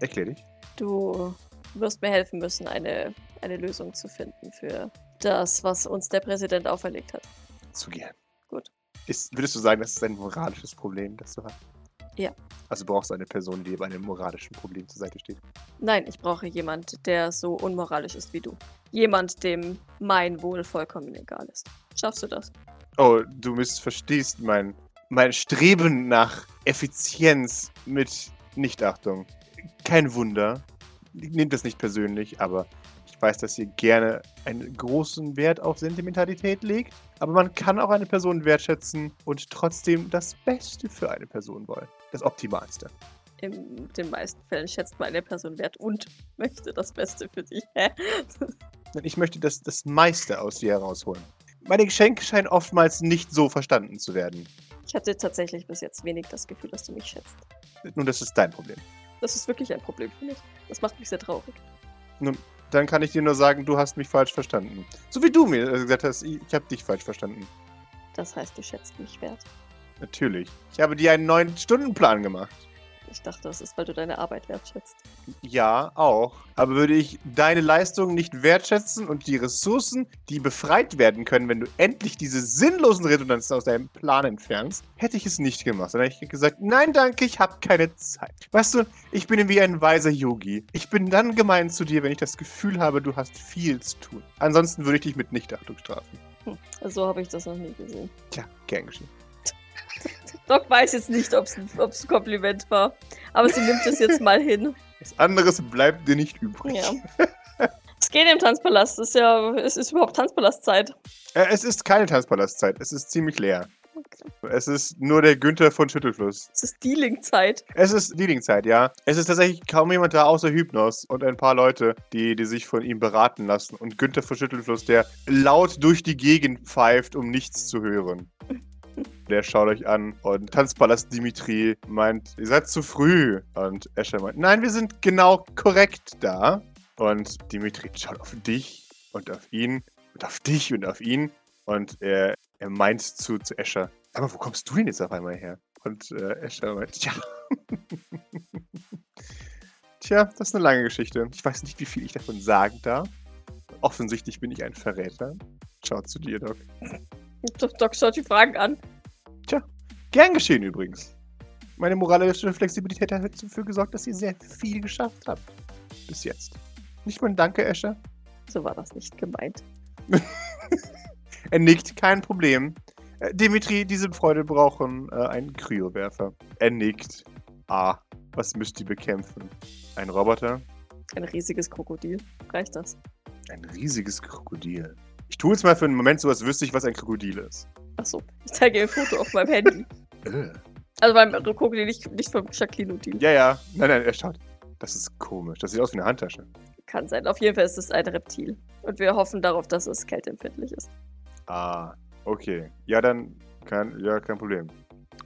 S4: Erklär dich.
S2: Du wirst mir helfen müssen, eine, eine Lösung zu finden für das, was uns der Präsident auferlegt hat.
S4: Zu gern.
S2: Gut.
S4: Ist, würdest du sagen, das ist ein moralisches Problem, das du hast?
S2: Ja.
S4: Also brauchst du eine Person, die bei einem moralischen Problem zur Seite steht.
S2: Nein, ich brauche jemand, der so unmoralisch ist wie du. Jemand, dem mein Wohl vollkommen egal ist. Schaffst du das?
S4: Oh, du missverstehst mein, mein Streben nach Effizienz mit Nichtachtung. Kein Wunder. Nehmt das nicht persönlich, aber ich weiß, dass ihr gerne einen großen Wert auf Sentimentalität legt. Aber man kann auch eine Person wertschätzen und trotzdem das Beste für eine Person wollen. Das Optimalste.
S2: In den meisten Fällen schätzt meine Person wert und möchte das Beste für dich. *laughs*
S4: Denn ich möchte das, das meiste aus dir herausholen. Meine Geschenke scheinen oftmals nicht so verstanden zu werden.
S2: ich hatte tatsächlich bis jetzt wenig das Gefühl, dass du mich schätzt.
S4: Nun, das ist dein Problem.
S2: Das ist wirklich ein Problem für mich. Das macht mich sehr traurig.
S4: dann kann ich dir nur sagen, du hast mich falsch verstanden. So wie du mir äh, gesagt hast, ich, ich habe dich falsch verstanden.
S2: Das heißt, du schätzt mich wert.
S4: Natürlich. Ich habe dir einen neuen Stundenplan gemacht.
S2: Ich dachte, das ist, weil du deine Arbeit wertschätzt.
S4: Ja, auch. Aber würde ich deine Leistungen nicht wertschätzen und die Ressourcen, die befreit werden können, wenn du endlich diese sinnlosen Redundanzen aus deinem Plan entfernst, hätte ich es nicht gemacht. Sondern ich hätte gesagt, nein, danke, ich habe keine Zeit. Weißt du, ich bin wie ein weiser Yogi. Ich bin dann gemein zu dir, wenn ich das Gefühl habe, du hast viel zu tun. Ansonsten würde ich dich mit Nichtachtung strafen.
S2: So habe ich das noch nie gesehen.
S4: Tja, gern geschehen.
S2: Doc weiß jetzt nicht, ob es ein Kompliment war. Aber sie nimmt es jetzt mal hin.
S4: Was anderes bleibt dir nicht übrig.
S2: Ja. Es geht im Tanzpalast. Es ist ja, es ist überhaupt Tanzpalastzeit.
S4: Äh, es ist keine Tanzpalastzeit. Es ist ziemlich leer.
S2: Okay.
S4: Es ist nur der Günther von Schüttelfluss.
S2: Es ist Dealing-Zeit.
S4: Es ist Leading-Zeit, ja. Es ist tatsächlich kaum jemand da außer Hypnos und ein paar Leute, die, die sich von ihm beraten lassen. Und Günther von Schüttelfluss, der laut durch die Gegend pfeift, um nichts zu hören. Der schaut euch an und Tanzpalast Dimitri meint, ihr seid zu früh. Und Escher meint, nein, wir sind genau korrekt da. Und Dimitri schaut auf dich und auf ihn und auf dich und auf ihn. Und er, er meint zu, zu Escher, aber wo kommst du denn jetzt auf einmal her? Und äh, Escher meint, tja. Tja, das ist eine lange Geschichte. Ich weiß nicht, wie viel ich davon sagen darf. Offensichtlich bin ich ein Verräter. Ciao zu dir, Doc.
S2: Doc Doc schaut die Fragen an.
S4: Gern geschehen übrigens. Meine moralische Flexibilität hat dafür gesorgt, dass ihr sehr viel geschafft habt. Bis jetzt. Nicht mal ein Danke, Escher.
S2: So war das nicht gemeint.
S4: Er nickt, kein Problem. Äh, Dimitri, diese Freude brauchen äh, einen Kryowerfer. Er nickt. Ah, was müsst ihr bekämpfen? Ein Roboter?
S2: Ein riesiges Krokodil. Reicht das?
S4: Ein riesiges Krokodil. Ich tue jetzt mal für einen Moment so, als wüsste ich, was ein Krokodil ist.
S2: Achso, ich zeige ihr ein Foto auf meinem Handy.
S4: Äh.
S2: Also beim Krokodil, nicht, nicht vom Jacqueline-Deal.
S4: Ja, ja. Nein, nein, er schaut. Das ist komisch. Das sieht aus wie eine Handtasche.
S2: Kann sein. Auf jeden Fall ist es ein Reptil. Und wir hoffen darauf, dass es kälteempfindlich ist.
S4: Ah, okay. Ja, dann kein, ja, kein Problem.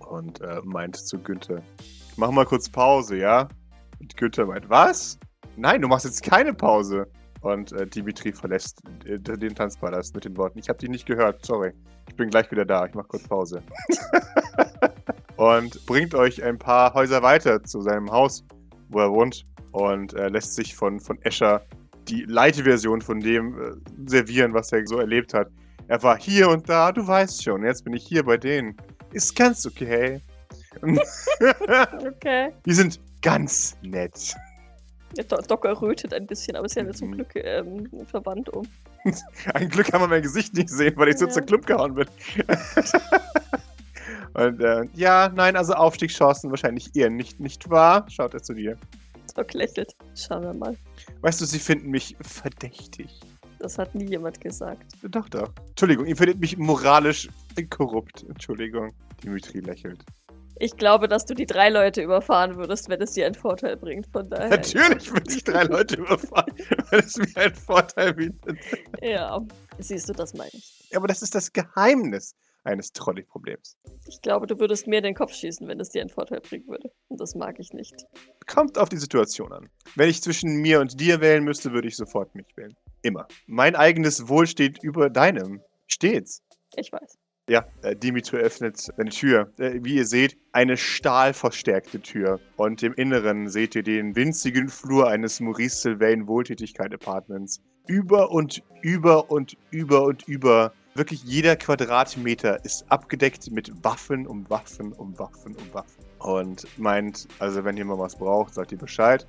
S4: Und äh, meint zu Günther, mach mal kurz Pause, ja? Und Günther meint, was? Nein, du machst jetzt keine Pause. Und äh, Dimitri verlässt äh, den Tanzpalast mit den Worten, ich habe dich nicht gehört, sorry. Ich bin gleich wieder da, ich mach kurz Pause. und bringt euch ein paar Häuser weiter zu seinem Haus, wo er wohnt. Und äh, lässt sich von, von Escher die Leitversion von dem äh, servieren, was er so erlebt hat. Er war hier und da, du weißt schon, jetzt bin ich hier bei denen. Ist ganz okay. *laughs*
S2: Okay.
S4: Die sind ganz nett.
S2: Ja, Do- Doc errötet ein bisschen, aber ist ja zum
S4: Mhm.
S2: Glück ähm, verwandt um.
S4: Ein Glück kann man mein Gesicht nicht sehen, weil ich so
S2: Ja.
S4: zur Klump gehauen bin. *laughs* und äh, ja, nein, also Aufstiegschancen wahrscheinlich eher nicht, nicht wahr? Schaut er zu dir.
S2: Doc lächelt. Schauen wir mal.
S4: Weißt du, sie finden mich verdächtig.
S2: Das hat nie jemand gesagt.
S4: Doch, doch. Entschuldigung, ihr findet mich moralisch korrupt. Entschuldigung. Dimitri lächelt.
S2: Ich glaube, dass du die drei Leute überfahren würdest, wenn es dir einen Vorteil bringt. Von daher.
S4: Natürlich würde ich drei Leute überfahren, weil es mir einen Vorteil bietet.
S2: Ja. Siehst du, das meine ich.
S4: Aber das ist das Geheimnis eines Trolley-Problems.
S2: Ich glaube, du würdest mir in den Kopf schießen, wenn es dir einen Vorteil bringen würde. Und das mag ich nicht.
S4: Kommt auf die Situation an. Wenn ich zwischen mir und dir wählen müsste, würde ich sofort mich wählen. Immer. Mein eigenes Wohl steht über deinem. Stets.
S2: Ich weiß.
S4: Ja, äh, Dimitri öffnet eine Tür. Äh, wie ihr seht, eine stahlverstärkte Tür. Und im Inneren seht ihr den winzigen Flur eines Maurice Sylvain Wohltätigkeit Apartments. Über und über und über und über. Wirklich jeder Quadratmeter ist abgedeckt mit Waffen um Waffen um Waffen um Waffen. Und meint, also wenn ihr mal was braucht, sagt ihr Bescheid.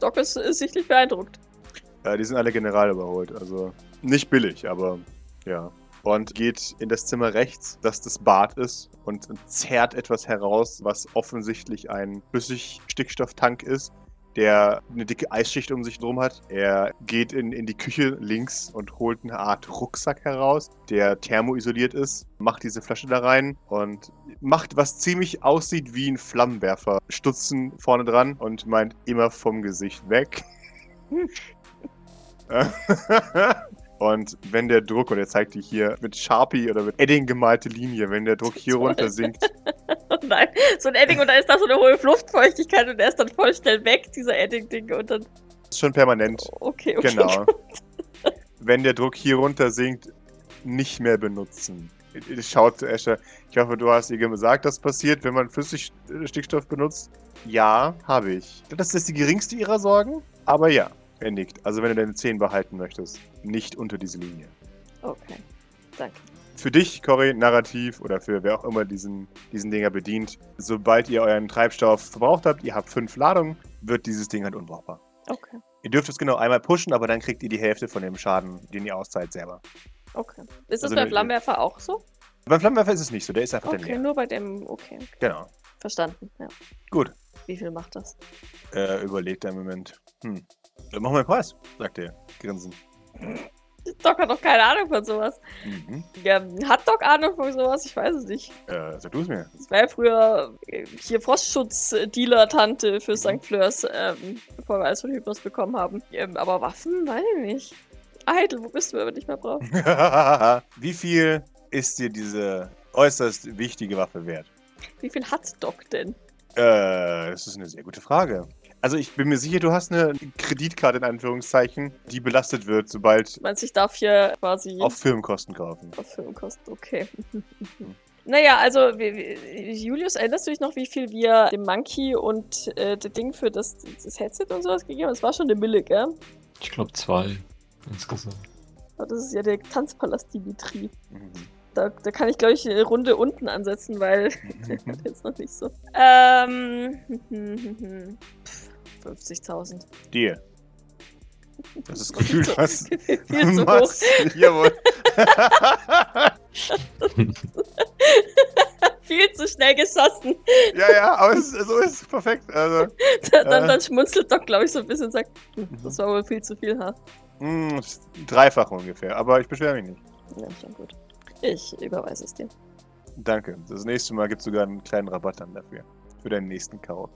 S2: Doc ist, ist sichtlich beeindruckt. *laughs*
S4: Äh, die sind alle general überholt, also nicht billig, aber ja. Und geht in das Zimmer rechts, das das Bad ist, und zerrt etwas heraus, was offensichtlich ein Flüssigstickstofftank ist, der eine dicke Eisschicht um sich drum hat. Er geht in, in die Küche links und holt eine Art Rucksack heraus, der thermoisoliert ist, macht diese Flasche da rein und macht, was ziemlich aussieht wie ein Flammenwerfer. Stutzen vorne dran und meint immer vom Gesicht weg. *laughs* und wenn der Druck, und er zeigt die hier mit Sharpie oder mit Edding gemalte Linie, wenn der Druck hier
S2: Toll.
S4: runter sinkt,
S2: Oh nein, so ein Edding und da ist da so eine hohe Luftfeuchtigkeit und er ist dann voll schnell weg, dieser Edding-Ding. Und dann.
S4: ist schon permanent. *laughs*
S2: Okay, okay.
S4: Genau. Wenn der Druck hier runter sinkt, nicht mehr benutzen. Schaut zu Escher. Ich hoffe, du hast ihr gesagt, das passiert, wenn man Flüssigstickstoff benutzt. Ja, habe ich. Das ist die geringste ihrer Sorgen, aber ja, er nickt. Also wenn du deine 10 behalten möchtest, nicht unter diese Linie.
S2: Okay. Danke.
S4: Für dich, Cory, narrativ oder für wer auch immer diesen, diesen Dinger bedient, sobald ihr euren Treibstoff verbraucht habt, ihr habt fünf Ladungen, wird dieses Ding halt unbrauchbar.
S2: Okay.
S4: Ihr dürft es genau einmal pushen, aber dann kriegt ihr die Hälfte von dem Schaden, den ihr auszahlt, selber.
S2: Okay. Ist das
S4: Also
S2: beim
S4: ne-
S2: Flammenwerfer auch so?
S4: Beim Flammenwerfer ist es nicht so, der ist einfach der
S2: Okay,
S4: leer.
S2: nur bei dem. Okay.
S4: Genau.
S2: Verstanden, ja.
S4: Gut.
S2: Wie viel macht das?
S4: Äh, überlegt er im Moment. Hm. Dann machen wir einen Preis, sagt er, grinsend.
S2: *laughs* Doc hat doch keine Ahnung von sowas.
S4: Mhm.
S2: Ja, hat Doc Ahnung von sowas? Ich weiß es nicht.
S4: Äh, sag du es mir. *laughs*
S2: Das war ja früher äh, hier Frostschutz-Dealer-Tante für St. Fleurs, ähm, bevor wir alles von Hypnos bekommen haben. Ähm, aber Waffen, weiß ich nicht. Eitel, wo bist du, wenn wir dich mal
S4: *laughs*
S2: brauchen?
S4: Wie viel ist dir diese äußerst wichtige Waffe wert?
S2: Wie viel hat Doc denn?
S4: Äh, das ist eine sehr gute Frage. Also ich bin mir sicher, du hast eine Kreditkarte in Anführungszeichen, die belastet wird, sobald
S2: Meinst du, ich darf hier quasi
S4: auf Firmenkosten kaufen.
S2: auf Filmkosten? Okay. *laughs* naja, also wie- wie- Julius, erinnerst du dich noch, wie viel wir dem Monkey und äh, dem Ding für das, das Headset und sowas gegeben haben? Das war schon eine Mille, gell?
S3: Ich glaube zwei insgesamt.
S2: Aber Oh, Das ist ja der Tanzpalast Dimitri. Da, da kann ich, glaube ich, eine Runde unten ansetzen, weil *laughs*
S4: Mhm.
S2: jetzt noch nicht so. Ähm. hm. *laughs* 50.000.
S4: Dir. Das ist Gefühl, was *laughs*
S2: Viel zu hoch.
S4: Jawohl.
S2: Viel zu schnell geschossen. *laughs*
S4: Ja, ja, aber es, so ist es perfekt. Also,
S2: Dann,
S4: Äh.
S2: dann schmunzelt Doc, glaube ich, so ein bisschen und sagt, "Hm,
S4: Mhm.
S2: das war wohl viel zu viel, ha?
S4: mh, hm, dreifach ungefähr, aber ich beschwere mich nicht.
S2: Ja, schon gut. Ich überweise es dir.
S4: Danke. Das nächste Mal gibt es sogar einen kleinen Rabatt dann dafür. Für deinen nächsten Kauf.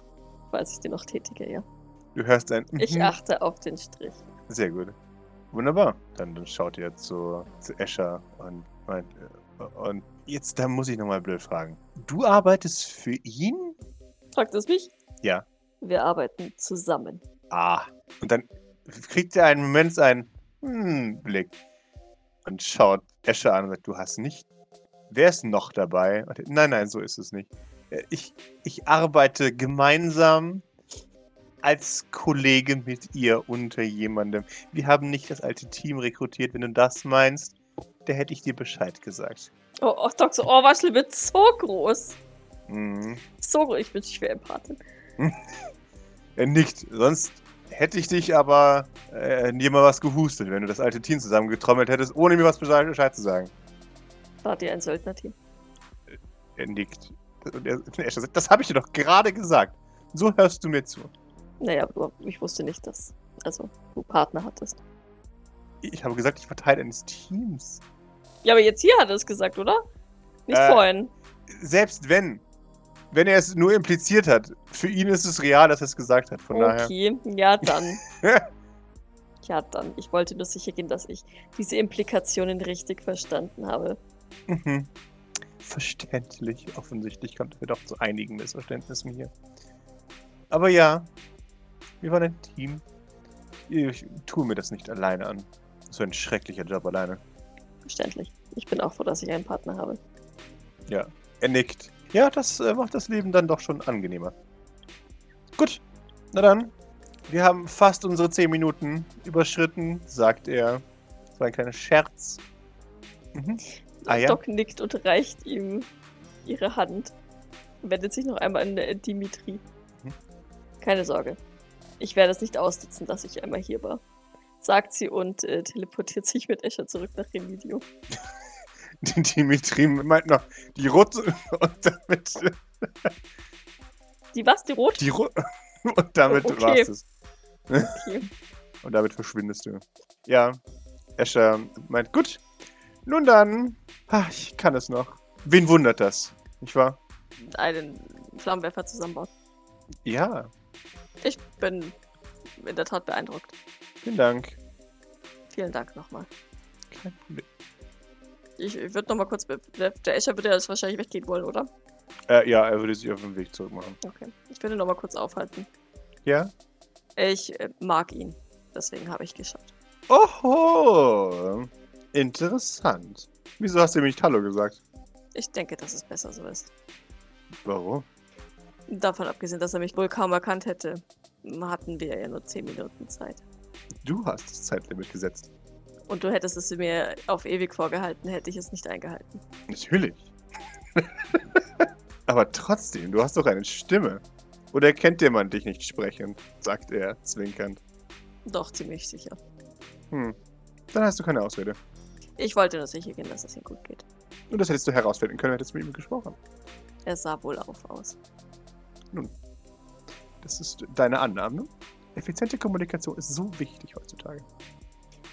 S2: Falls ich dir noch tätige, ja.
S4: Mhm. Du hörst ein.
S2: Ich
S4: Mhm.
S2: achte auf den Strich.
S4: Sehr gut. Wunderbar. Dann, dann schaut ihr zu, zu Escher und meint, äh, und jetzt, da muss ich nochmal blöd fragen. Du arbeitest für ihn?
S2: Fragt es mich?
S4: Ja.
S2: Wir arbeiten zusammen.
S4: Ah. Und dann kriegt er einen Moment einen hm, Blick und schaut Escher an und sagt, du hast nicht. Wer ist noch dabei? Und er, nein, nein, so ist es nicht. Äh, Ich, ich arbeite gemeinsam als Kollege mit ihr unter jemandem. Wir haben nicht das alte Team rekrutiert. Wenn du das meinst, da hätte ich dir Bescheid gesagt.
S2: Oh, oh Doc, so, oh, Waschel wird so groß.
S4: Mhm.
S2: So groß, ich bin schwer empathin.
S4: Er nickt. Äh, Sonst hätte ich dich aber äh, nie mal was gehustet, wenn du das alte Team zusammengetrommelt hättest, ohne mir was Bescheid Bescheid zu sagen.
S2: Wart ihr ein Söldnerteam?
S4: Er nickt. Und er, *laughs* und er sagt, das habe ich dir doch gerade gesagt. So hörst du mir zu.
S2: Naja, aber ich wusste nicht, dass also, du Partner hattest.
S4: Ich habe gesagt, ich war Teil eines Teams.
S2: Ja, aber jetzt hier hat er es gesagt, oder? Nicht
S4: Äh.
S2: vorhin.
S4: Selbst wenn. Wenn er es nur impliziert hat. Für ihn ist es real, dass er es gesagt hat. Von daher.
S2: Okay, ja
S4: *laughs*
S2: dann. ja dann. Ich wollte nur sicher gehen, dass ich diese Implikationen richtig verstanden habe.
S4: Mhm. Verständlich. Offensichtlich kommt er doch zu einigen Missverständnissen hier. Aber ja. Wir waren ein Team. Ich tue mir das nicht alleine an. So ein schrecklicher Job alleine.
S2: Verständlich. Ich bin auch froh, dass ich einen Partner habe.
S4: Er nickt. Ja, das äh, macht das Leben dann doch schon angenehmer. Gut, na dann. Wir haben fast unsere 10 Minuten überschritten, sagt er. Das war ein kleiner Scherz. Mhm. Ah ja,
S2: Doc nickt und reicht ihm ihre Hand. Wendet sich noch einmal an äh, Dimitri.
S4: Mhm.
S2: Keine Sorge. Ich werde es nicht aussitzen, dass ich einmal hier war. Sagt sie und äh, teleportiert sich mit Escher zurück nach Remedio.
S4: die Dimitri meint noch, die Rute und damit,
S2: Die was? Die Rot?
S4: die Ru und damit
S2: Okay.
S4: war's es.
S2: Okay.
S4: Und damit verschwindest du. Ja, Escher meint, gut, nun dann, Ah, ich kann es noch. Wen wundert das, nicht wahr?
S2: Einen Flammenwerfer zusammenbaut.
S4: Ja,
S2: Ich bin in der Tat beeindruckt.
S4: vielen Dank.
S2: Vielen Dank nochmal.
S4: Kein Problem.
S2: Ich, ich würde nochmal kurz. be- Der, der Escher würde ja jetzt wahrscheinlich weggehen wollen, oder?
S4: Äh, ja, er würde sich auf den Weg zurück machen.
S2: Okay. Ich würde nochmal kurz aufhalten.
S4: Ja?
S2: Ich äh, mag ihn. Deswegen habe ich geschaut.
S4: Oho! Interessant. Wieso hast du mir nicht Hallo gesagt?
S2: Ich denke, dass es besser so ist.
S4: Warum?
S2: Davon abgesehen, dass er mich wohl kaum erkannt hätte, hatten wir ja nur 10 Minuten Zeit.
S4: Du hast das Zeitlimit gesetzt.
S2: Und du hättest es mir auf ewig vorgehalten, hätte ich es nicht eingehalten.
S4: Natürlich. *laughs* Aber trotzdem, du hast doch eine Stimme. Oder kennt jemand dich nicht sprechen? sagt er zwinkernd.
S2: Doch, ziemlich sicher.
S4: Hm. Dann hast du keine Ausrede.
S2: Ich wollte nur sicher gehen, dass es ihm gut geht.
S4: Und das hättest du herausfinden können, hättest du mit ihm gesprochen.
S2: Er sah wohl auf aus.
S4: Das ist deine Annahme. Effiziente Kommunikation ist so wichtig heutzutage.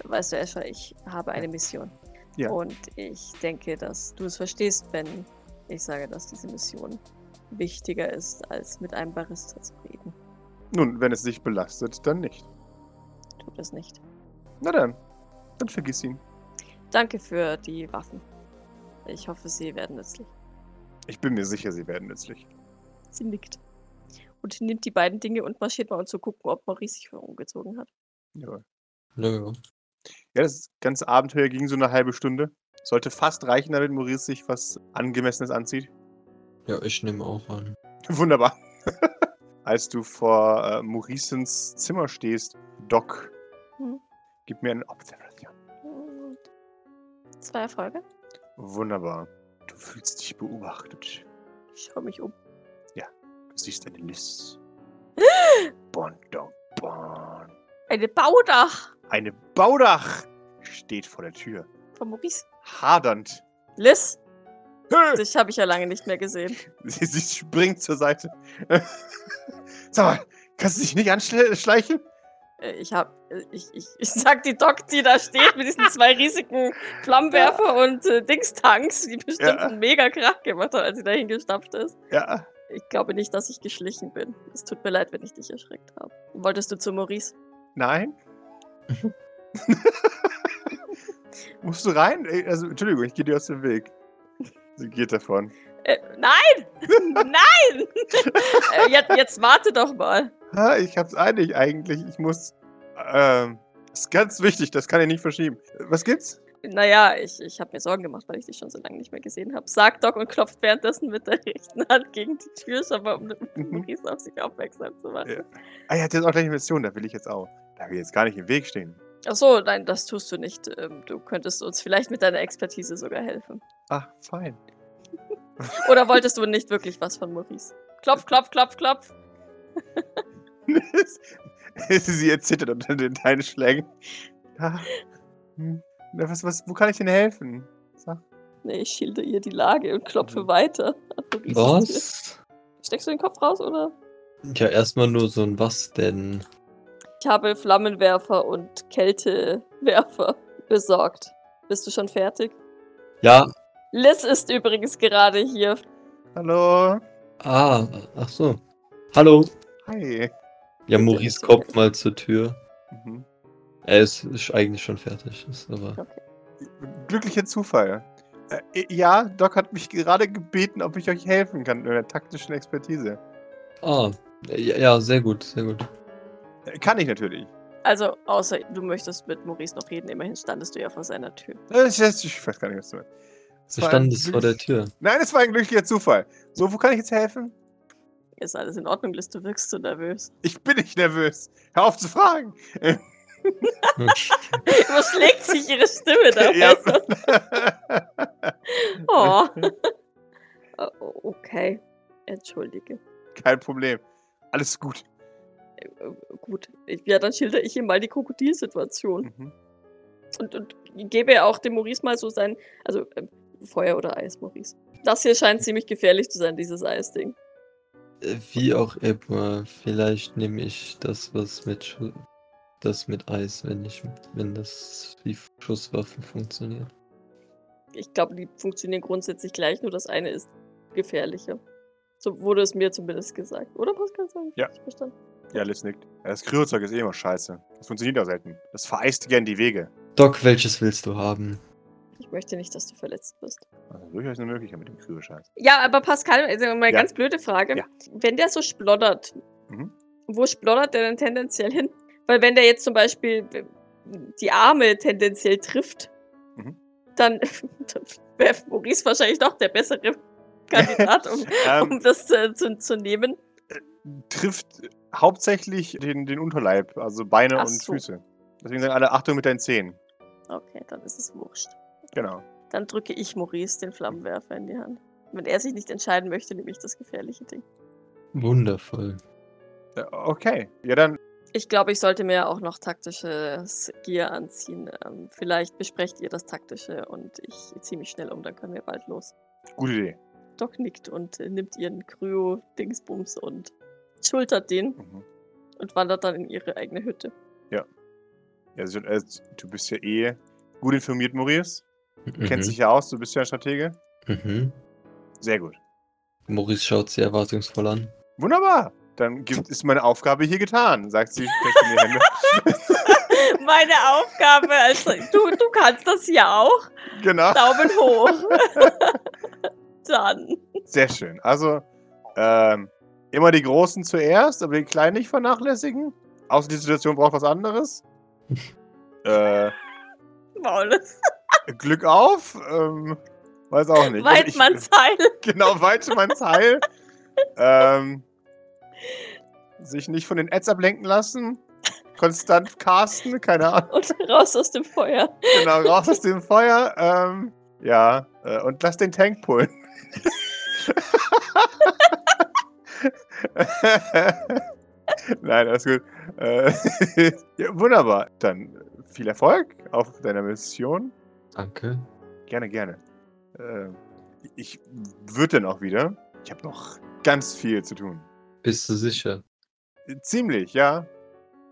S2: Weißt du, Escher, ich habe eine Mission.
S4: Ja.
S2: Und ich denke, dass du es verstehst, wenn ich sage, dass diese Mission wichtiger ist, als mit einem Barista zu reden.
S4: Nun, wenn es dich belastet, dann nicht.
S2: Tut es nicht.
S4: Na dann, dann vergiss ihn.
S2: Danke für die Waffen. Ich hoffe, sie werden nützlich.
S4: Ich bin mir sicher, sie werden nützlich.
S2: Sie nickt. Und nimmt die beiden Dinge und marschiert mal, um zu gucken, ob Maurice sich umgezogen hat.
S4: Jawohl.
S3: Nö.
S4: Ja, das ganze Abenteuer ging so eine halbe Stunde. Sollte fast reichen, damit Maurice sich was Angemessenes anzieht.
S3: Ja, ich nehme auch an.
S4: Wunderbar. *laughs* Als du vor äh, Maurices Zimmer stehst, Doc,
S2: Hm.
S4: gib mir eine Observation.
S2: Zwei Erfolge.
S4: Wunderbar. Du fühlst dich beobachtet.
S2: Ich schaue mich um.
S4: Du siehst eine Liz. Bon, don, bon.
S2: Eine Baudach
S4: Eine Baudach steht vor der Tür,
S2: von Maurice.
S4: hadernd.
S2: Liz,
S4: Hey!
S2: dich habe ich ja lange nicht mehr gesehen.
S4: Sie, sie springt zur Seite. *laughs* Sag mal, kannst du dich nicht anschleichen?
S2: Äh, Ich hab, äh, ich, ich, ich sag die Doc, die da steht mit diesen zwei riesigen Flammenwerfer und äh, Dingstanks, die bestimmt
S4: Ja.
S2: einen mega Krach gemacht hat, als sie dahin gestapft ist.
S4: Ja.
S2: Ich glaube nicht, dass ich geschlichen bin. Es tut mir leid, wenn ich dich erschreckt habe. Wolltest du zu Maurice?
S4: Nein? *laughs* Musst du rein? Ey, Also, Entschuldigung, ich gehe dir aus dem Weg. Sie geht davon.
S2: Äh, nein! *laughs* nein! äh, jetzt, jetzt warte doch mal.
S4: Ha, ich hab's eilig eigentlich. Ich muss. Ähm. Ist ganz wichtig, das kann ich nicht verschieben. Was gibt's?
S2: Naja, ich, ich habe mir Sorgen gemacht, weil ich dich schon so lange nicht mehr gesehen habe. Sagt Doc und klopft währenddessen mit der rechten Hand gegen die Tür, aber um
S4: Mhm.
S2: Maurice auf sich aufmerksam zu machen.
S4: Ja. Ah, er hat jetzt auch gleich eine Mission, da will ich jetzt auch. Da will ich jetzt gar nicht im Weg stehen.
S2: Ach so, nein, das tust du nicht. Ähm, Du könntest uns vielleicht mit deiner Expertise sogar helfen.
S4: Ach, fein. *laughs*
S2: Oder wolltest du nicht wirklich was von Maurice? Klopf, klopf, klopf, klopf.
S4: Sie erzittert unter den deinen Schlägen. Ja. Hm. Na, was, was, wo kann ich denn helfen? Sag.
S2: Nee, ich schilde ihr die Lage und
S4: Mhm.
S2: klopfe weiter. *laughs* an Maurices Tür.
S3: Was?
S2: Steckst du den Kopf raus, oder?
S3: Ja, erstmal nur so ein Was denn?
S2: Ich habe Flammenwerfer und Kältewerfer besorgt. Bist du schon fertig?
S3: Ja,
S2: Liz ist übrigens gerade hier.
S4: Hallo.
S3: ah, ach so. Hallo.
S4: Hi.
S3: Ja, Maurice kommt mal zur Tür.
S4: Mhm.
S3: Er ist, ist eigentlich schon fertig. Ist aber...
S4: Glücklicher Zufall. Äh, ja, Doc hat mich gerade gebeten, ob ich euch helfen kann mit meiner taktischen Expertise.
S3: Ah, ja, ja, sehr gut, sehr gut.
S4: Äh, Kann ich natürlich.
S2: Also, außer du möchtest mit Maurice noch reden, immerhin standest du ja vor seiner Tür.
S4: Äh, Ich, ich weiß gar nicht, was du meinst. Es
S3: Wir
S4: war ein
S3: standen jetzt vor der
S4: glücklich-
S3: Tür.
S4: Nein, es war ein glücklicher Zufall. So, wo kann ich jetzt helfen?
S2: Ist alles in Ordnung, Liz? Du wirkst so nervös. *laughs*
S4: Ich bin nicht nervös. Hör auf zu fragen. *laughs*
S3: Hm.
S2: Überschlägt sich ihre Stimme da.
S4: Ja.
S2: weißt du? *laughs* Oh. Äh, okay. Entschuldige.
S4: Kein Problem. Alles gut.
S2: Äh, Gut. Ja, dann schilder ich ihm mal die Krokodilsituation.
S4: Mhm.
S2: Und, und gebe ja auch dem Maurice mal so sein. Also, ähm, Feuer oder Eis, Maurice. Das hier scheint ziemlich gefährlich zu sein, dieses Eisding.
S3: Äh, Wie auch immer, vielleicht nehme ich das, was mit Schu das mit Eis, wenn ich, wenn das wie Schusswaffen funktioniert.
S2: Ich glaube, die funktionieren grundsätzlich gleich, nur das eine ist gefährlicher. So wurde es mir zumindest gesagt. Oder Pascal? So hab ich
S4: Ja.
S2: richtig Verstanden?
S4: Ja, Liz nickt. Das Kryozeug ist eh immer scheiße. Das funktioniert auch selten. Das vereist gern die Wege.
S3: Doc, welches willst du haben?
S2: Ich möchte nicht, dass du verletzt wirst.
S4: Also durchaus eine Möglichkeit mit dem Kryoscheiß.
S2: Ja, aber Pascal, also mal eine
S4: Ja.
S2: ganz blöde Frage.
S4: Ja.
S2: Wenn der so sploddert,
S4: Mhm.
S2: wo sploddert der denn tendenziell hin? Weil wenn der jetzt zum Beispiel äh, die Arme tendenziell trifft,
S4: Mhm.
S2: dann, *laughs* dann wäre Maurice wahrscheinlich doch der
S4: *laughs*
S2: bessere Kandidat, um, um
S4: Ähm,
S2: das äh, zu, zu nehmen.
S4: trifft hauptsächlich den, den Unterleib, also Beine
S2: Ach
S4: und
S2: so.
S4: Füße. Deswegen sagen alle Achtung mit deinen Zehen.
S2: Okay, dann ist es wurscht.
S4: Genau.
S2: Dann drücke ich Maurice den Flammenwerfer in die Hand. Wenn er sich nicht entscheiden möchte, nehme ich das gefährliche Ding.
S3: Wundervoll.
S4: Äh, Okay. Ja, dann.
S2: Ich glaube, ich sollte mir auch noch taktisches Gear anziehen. Ähm, vielleicht besprecht ihr das taktische und ich ziehe mich schnell um, dann können wir bald los.
S4: Gute Idee.
S2: Doc nickt und äh, nimmt ihren Kryo-Dingsbums und schultert den
S4: Mhm.
S2: und wandert dann in ihre eigene Hütte.
S4: Ja, also, äh, du bist ja eh gut informiert, Maurice. Du
S3: Mhm.
S4: kennst dich ja aus, du bist ja ein Stratege.
S3: Mhm.
S4: Sehr gut.
S3: Maurice schaut sie erwartungsvoll an.
S4: Wunderbar. Dann gibt, ist meine Aufgabe hier getan, sagt sie. streckt mir
S2: *laughs*
S4: die Hände.
S2: *laughs* Meine Aufgabe, also du, du kannst das ja auch.
S4: genau.
S2: Daumen hoch. *laughs* dann.
S4: Sehr schön. Also, ähm, immer die Großen zuerst, aber die Kleinen nicht vernachlässigen. Außer die Situation braucht was anderes. äh,
S2: Maulus,
S4: Glück auf. Ähm, weiß auch nicht. Also ich-
S2: Weidmanns Heil.
S4: *laughs* Genau, Weidmanns Heil. ähm, sich nicht von den Ads ablenken lassen. Konstant casten, keine Ahnung.
S2: *laughs* Und raus aus dem Feuer.
S4: Genau, raus aus dem Feuer. Ähm, ja, äh, und lass den Tank pullen. *laughs* Nein, alles gut. Äh, *laughs* ja, wunderbar. Dann viel Erfolg auf deiner Mission.
S3: Danke.
S4: Gerne, gerne. Äh, ich würde dann auch wieder. Ich habe noch ganz viel zu tun.
S3: Bist du sicher?
S4: Ziemlich, ja. *laughs*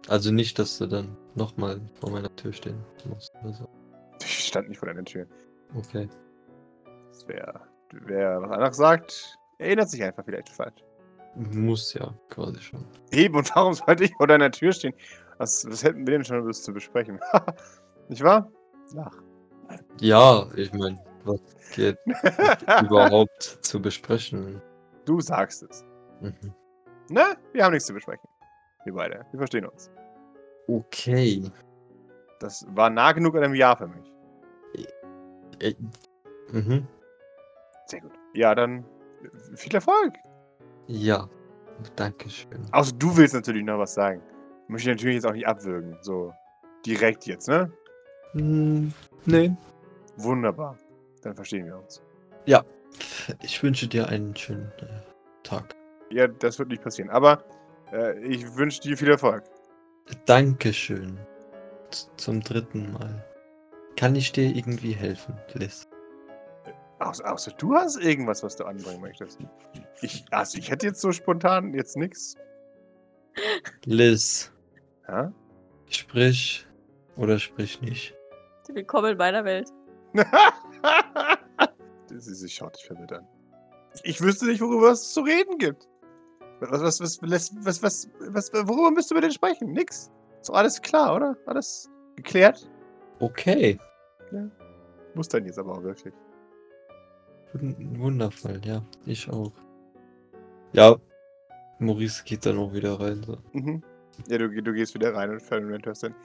S3: Also nicht, dass du dann nochmal vor meiner Tür stehen musst oder so.
S4: Ich stand nicht vor deiner Tür.
S3: Okay.
S4: Das wär, wer was anderes sagt, erinnert sich einfach vielleicht falsch.
S3: Muss ja quasi schon.
S4: Eben, und warum sollte ich vor deiner Tür stehen? Was, was hätten wir denn schon was zu besprechen? *laughs* nicht wahr? Lach.
S3: Ja, ich meine, was *laughs* geht überhaupt zu besprechen?
S4: Du sagst es.
S3: Mhm.
S4: Ne? Wir haben nichts zu besprechen. Wir beide. Wir verstehen uns.
S3: Okay.
S4: Das war nah genug an einem Ja für mich.
S3: Äh, Mhm.
S4: Sehr gut. Ja, dann viel Erfolg.
S3: Ja. Dankeschön.
S4: Außer du willst natürlich noch was sagen. Möchte ich natürlich jetzt auch nicht abwürgen. So direkt jetzt, ne?
S3: Hm, nee.
S4: Wunderbar. Dann verstehen wir uns.
S3: Ich wünsche dir einen schönen äh, Tag.
S4: Ja, das wird nicht passieren. Aber äh, ich wünsche dir viel Erfolg.
S3: Dankeschön. Z zum dritten Mal. Kann ich dir irgendwie helfen, Liz?
S4: Außer, außer du hast irgendwas, was du anbringen möchtest. Ich, also ich hätte jetzt so spontan jetzt nichts.
S3: Liz,
S4: *laughs* Ja?
S3: sprich oder sprich nicht.
S2: Willkommen in meiner Welt.
S4: Sie, sie schaut dich verwirrt an. Ich wüsste nicht, worüber es zu reden gibt. Was, was, was, was, was, was, was worüber müsst ihr mit denn sprechen? Nix. Ist doch alles klar, oder? Alles geklärt?
S3: Okay.
S4: Muss dann jetzt aber auch wirklich.
S3: Wun- Wundervoll, ja. Ich auch. Ja. Maurice geht dann auch wieder rein. So.
S4: Mhm. Ja, du, du gehst wieder rein und Ferdinand hörst dann.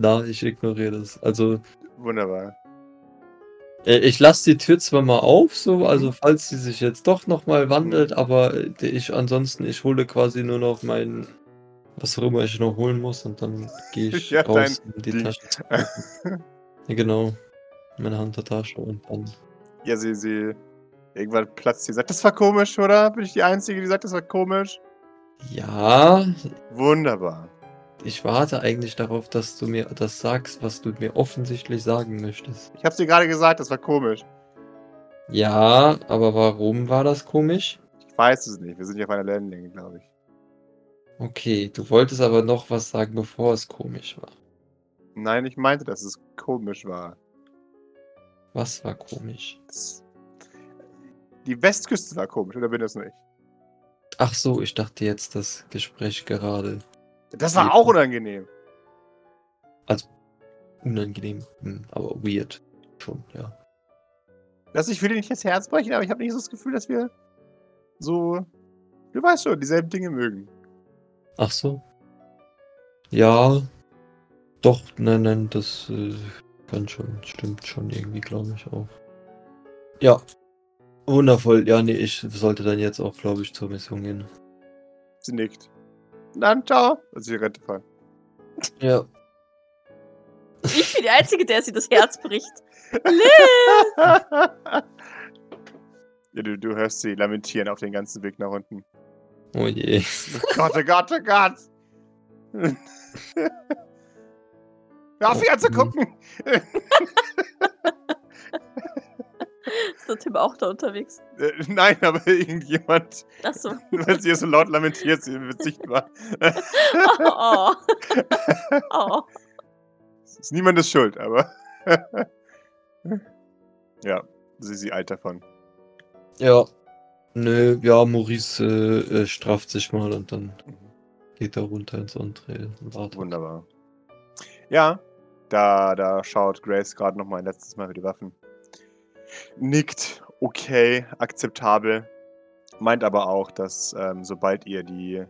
S3: Na, ich ignoriere das. Also,
S4: Wunderbar.
S3: äh, ich lasse die Tür zwar mal auf, so, also falls sie sich jetzt doch nochmal wandelt, aber äh, ich ansonsten, ich hole quasi nur noch meinen, was auch immer ich noch holen muss und dann gehe ich
S4: Ja,
S3: raus in die
S4: Ding.
S3: Tasche. zu greifen. ja, genau. Meine Handtasche und dann.
S4: Ja, sie, sie. Irgendwann platzt sie und sagt, das war komisch, oder? Bin ich die Einzige, die sagt, das war komisch?
S3: Ja,
S4: Wunderbar.
S3: ich warte eigentlich darauf, dass du mir das sagst, was du mir offensichtlich sagen möchtest.
S4: Ich hab's dir gerade gesagt, das war komisch.
S3: Ja, aber warum war das komisch?
S4: Ich weiß es nicht. Wir sind ja auf einer Landing, glaube ich.
S3: Okay, du wolltest aber noch was sagen, bevor es komisch war.
S4: Nein, ich meinte, dass es komisch war.
S3: Was war komisch?
S4: Das, die Westküste war komisch, oder bin das nicht?
S3: Ach so, ich dachte jetzt das Gespräch gerade
S4: Das war auch unangenehm.
S3: unangenehm, hm, aber weird schon, ja.
S4: Lass ich will dir nicht das Herz brechen, aber ich habe nicht so das Gefühl, dass wir so. Du weißt schon, dieselben Dinge mögen.
S3: Ach so. Ja. Doch, nein, nein, das äh, kann schon, stimmt schon irgendwie, glaube ich auch. Ja. Wundervoll. Ja, nee, ich sollte dann jetzt auch, glaube ich, zur Mission gehen.
S4: Sie nickt. Dann, ciao. Also die Rente fallen.
S3: Ja.
S2: Ich bin die Einzige, der sie das Herz bricht.
S4: ja, du, du hörst sie lamentieren auf den ganzen Weg nach unten.
S3: Oh je.
S4: Oh Gott, oh Gott, oh Gott. *laughs* Hör auf, hier zu also gucken.
S2: Ist der Tim auch da unterwegs?
S4: Äh, Nein, aber irgendjemand,
S2: Achso.
S4: weil sie so laut lamentiert, sie wird sichtbar.
S2: *laughs* Oh. oh.
S4: Es ist niemandes Schuld, aber. *laughs* ja, sie, sie eilt davon.
S3: Ja. Nö, ja, Maurice äh, äh, strafft sich mal und dann geht er runter ins Entree und wartet.
S4: Wunderbar. Ja, da, da schaut Grace gerade nochmal ein letztes Mal für die Waffen. Nickt, okay, akzeptabel. Meint aber auch, dass ähm, sobald ihr die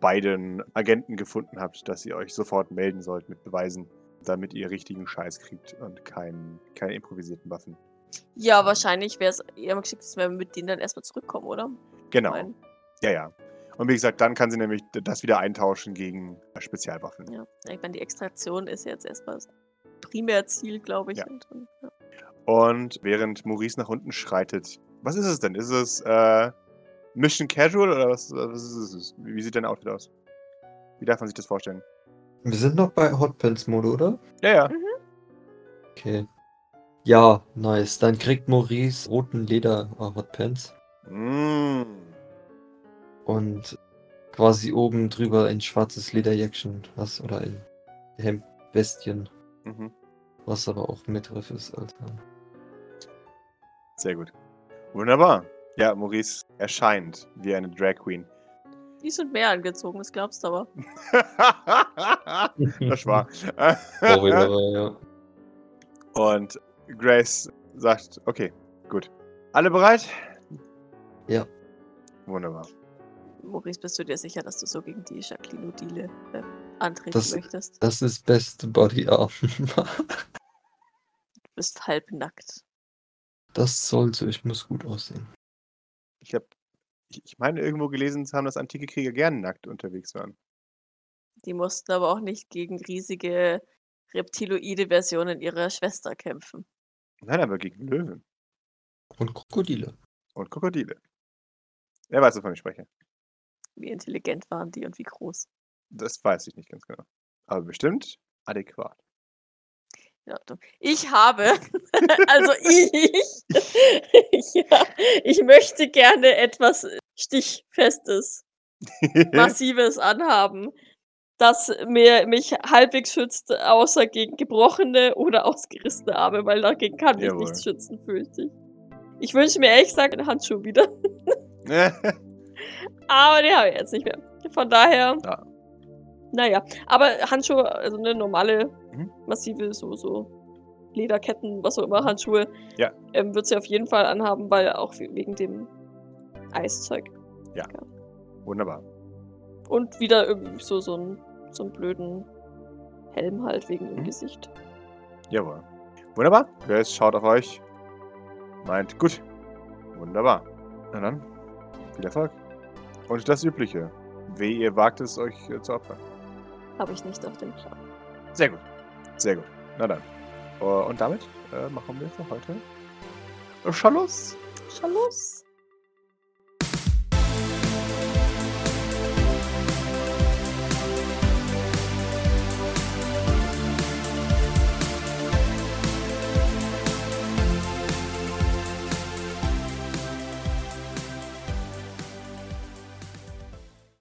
S4: beiden Agenten gefunden habt, dass ihr euch sofort melden sollt mit Beweisen, damit ihr richtigen Scheiß kriegt und kein, keine improvisierten Waffen.
S2: Ja, wahrscheinlich wäre es eher am geschicktesten, wenn wir mit denen dann erstmal zurückkommen, oder?
S4: Genau.
S2: Nein.
S4: Ja, ja. Und wie gesagt, dann kann sie nämlich d- das wieder eintauschen gegen Spezialwaffen.
S2: Ja. Ich meine, die Extraktion ist jetzt erstmal das Primärziel, glaube ich.
S4: Ja.
S2: Und, und, ja.
S4: Und während Maurice nach unten schreitet, was ist es denn? Ist es äh, Mission Casual oder was, was ist es? Wie sieht dein Outfit aus? Wie darf man sich das vorstellen?
S3: Wir sind noch bei Hotpants-Mode, oder?
S4: Ja, ja.
S3: Okay. Ja, nice. Dann kriegt Maurice roten Leder äh, Hotpants
S4: Mm.
S3: und quasi oben drüber ein schwarzes Lederjäckchen, was oder ein Hemdwestchen,
S4: Mhm.
S3: was aber auch Mitriff ist, Alter.
S4: Sehr gut. Wunderbar. Ja, Maurice erscheint wie eine Drag Queen. *laughs*
S2: Die sind mehr angezogen, das glaubst du aber.
S4: das war.
S3: *laughs* Sorry, aber ja.
S4: Und Grace sagt, okay, gut. Alle bereit?
S3: Ja.
S4: Wunderbar.
S2: Maurice, bist du dir sicher, dass du so gegen die Jacqueline Odile äh, antreten
S3: Das-
S2: möchtest?
S3: Das ist beste Body Armor.
S2: Du bist halbnackt.
S3: *laughs* Das soll so, ich muss gut aussehen.
S4: Ich habe, ich ich meine, irgendwo gelesen zu haben, dass antike Krieger gern nackt unterwegs waren.
S2: Die mussten aber auch nicht gegen riesige reptiloide Versionen ihrer Schwester kämpfen.
S4: Nein, aber gegen Löwen
S3: Und Krokodile.
S4: und Krokodile. Er weiß, wovon ich spreche.
S2: Wie intelligent waren die und wie groß.
S4: Das weiß ich nicht ganz genau. Aber bestimmt adäquat.
S2: In Ordnung. Ich habe, *laughs* also ich, *laughs* ja, ich möchte gerne etwas Stichfestes. Massives anhaben, das mir, mich halbwegs schützt, außer gegen gebrochene oder ausgerissene Arme, weil dagegen kann mich
S4: Jawohl.
S2: nichts schützen, fürchte ich. Ich wünsche mir ehrlich gesagt einen Handschuh wieder, aber den habe ich jetzt nicht mehr. Von daher,
S4: Ja.
S2: naja, aber Handschuhe, also eine normale,
S4: Mhm.
S2: massive, so, so Lederketten, was auch immer, Handschuhe,
S4: Ja.
S2: ähm, wird sie auf jeden Fall anhaben, weil auch we- wegen dem Eiszeug.
S4: *laughs* Wunderbar.
S2: Und wieder irgendwie so, so, einen, so einen blöden Helm halt wegen dem
S4: Mhm.
S2: Gesicht.
S4: Jawohl. Wunderbar. Grace schaut auf euch. Meint, gut. Wunderbar. Na dann, viel Erfolg. Und das Übliche. Wie ihr wagt es, euch äh, zu opfern.
S2: Habe ich nicht auf dem Plan.
S4: Sehr gut. Sehr gut. Na dann. Äh, Und damit äh, machen wir für heute Schluss.
S2: Schau los!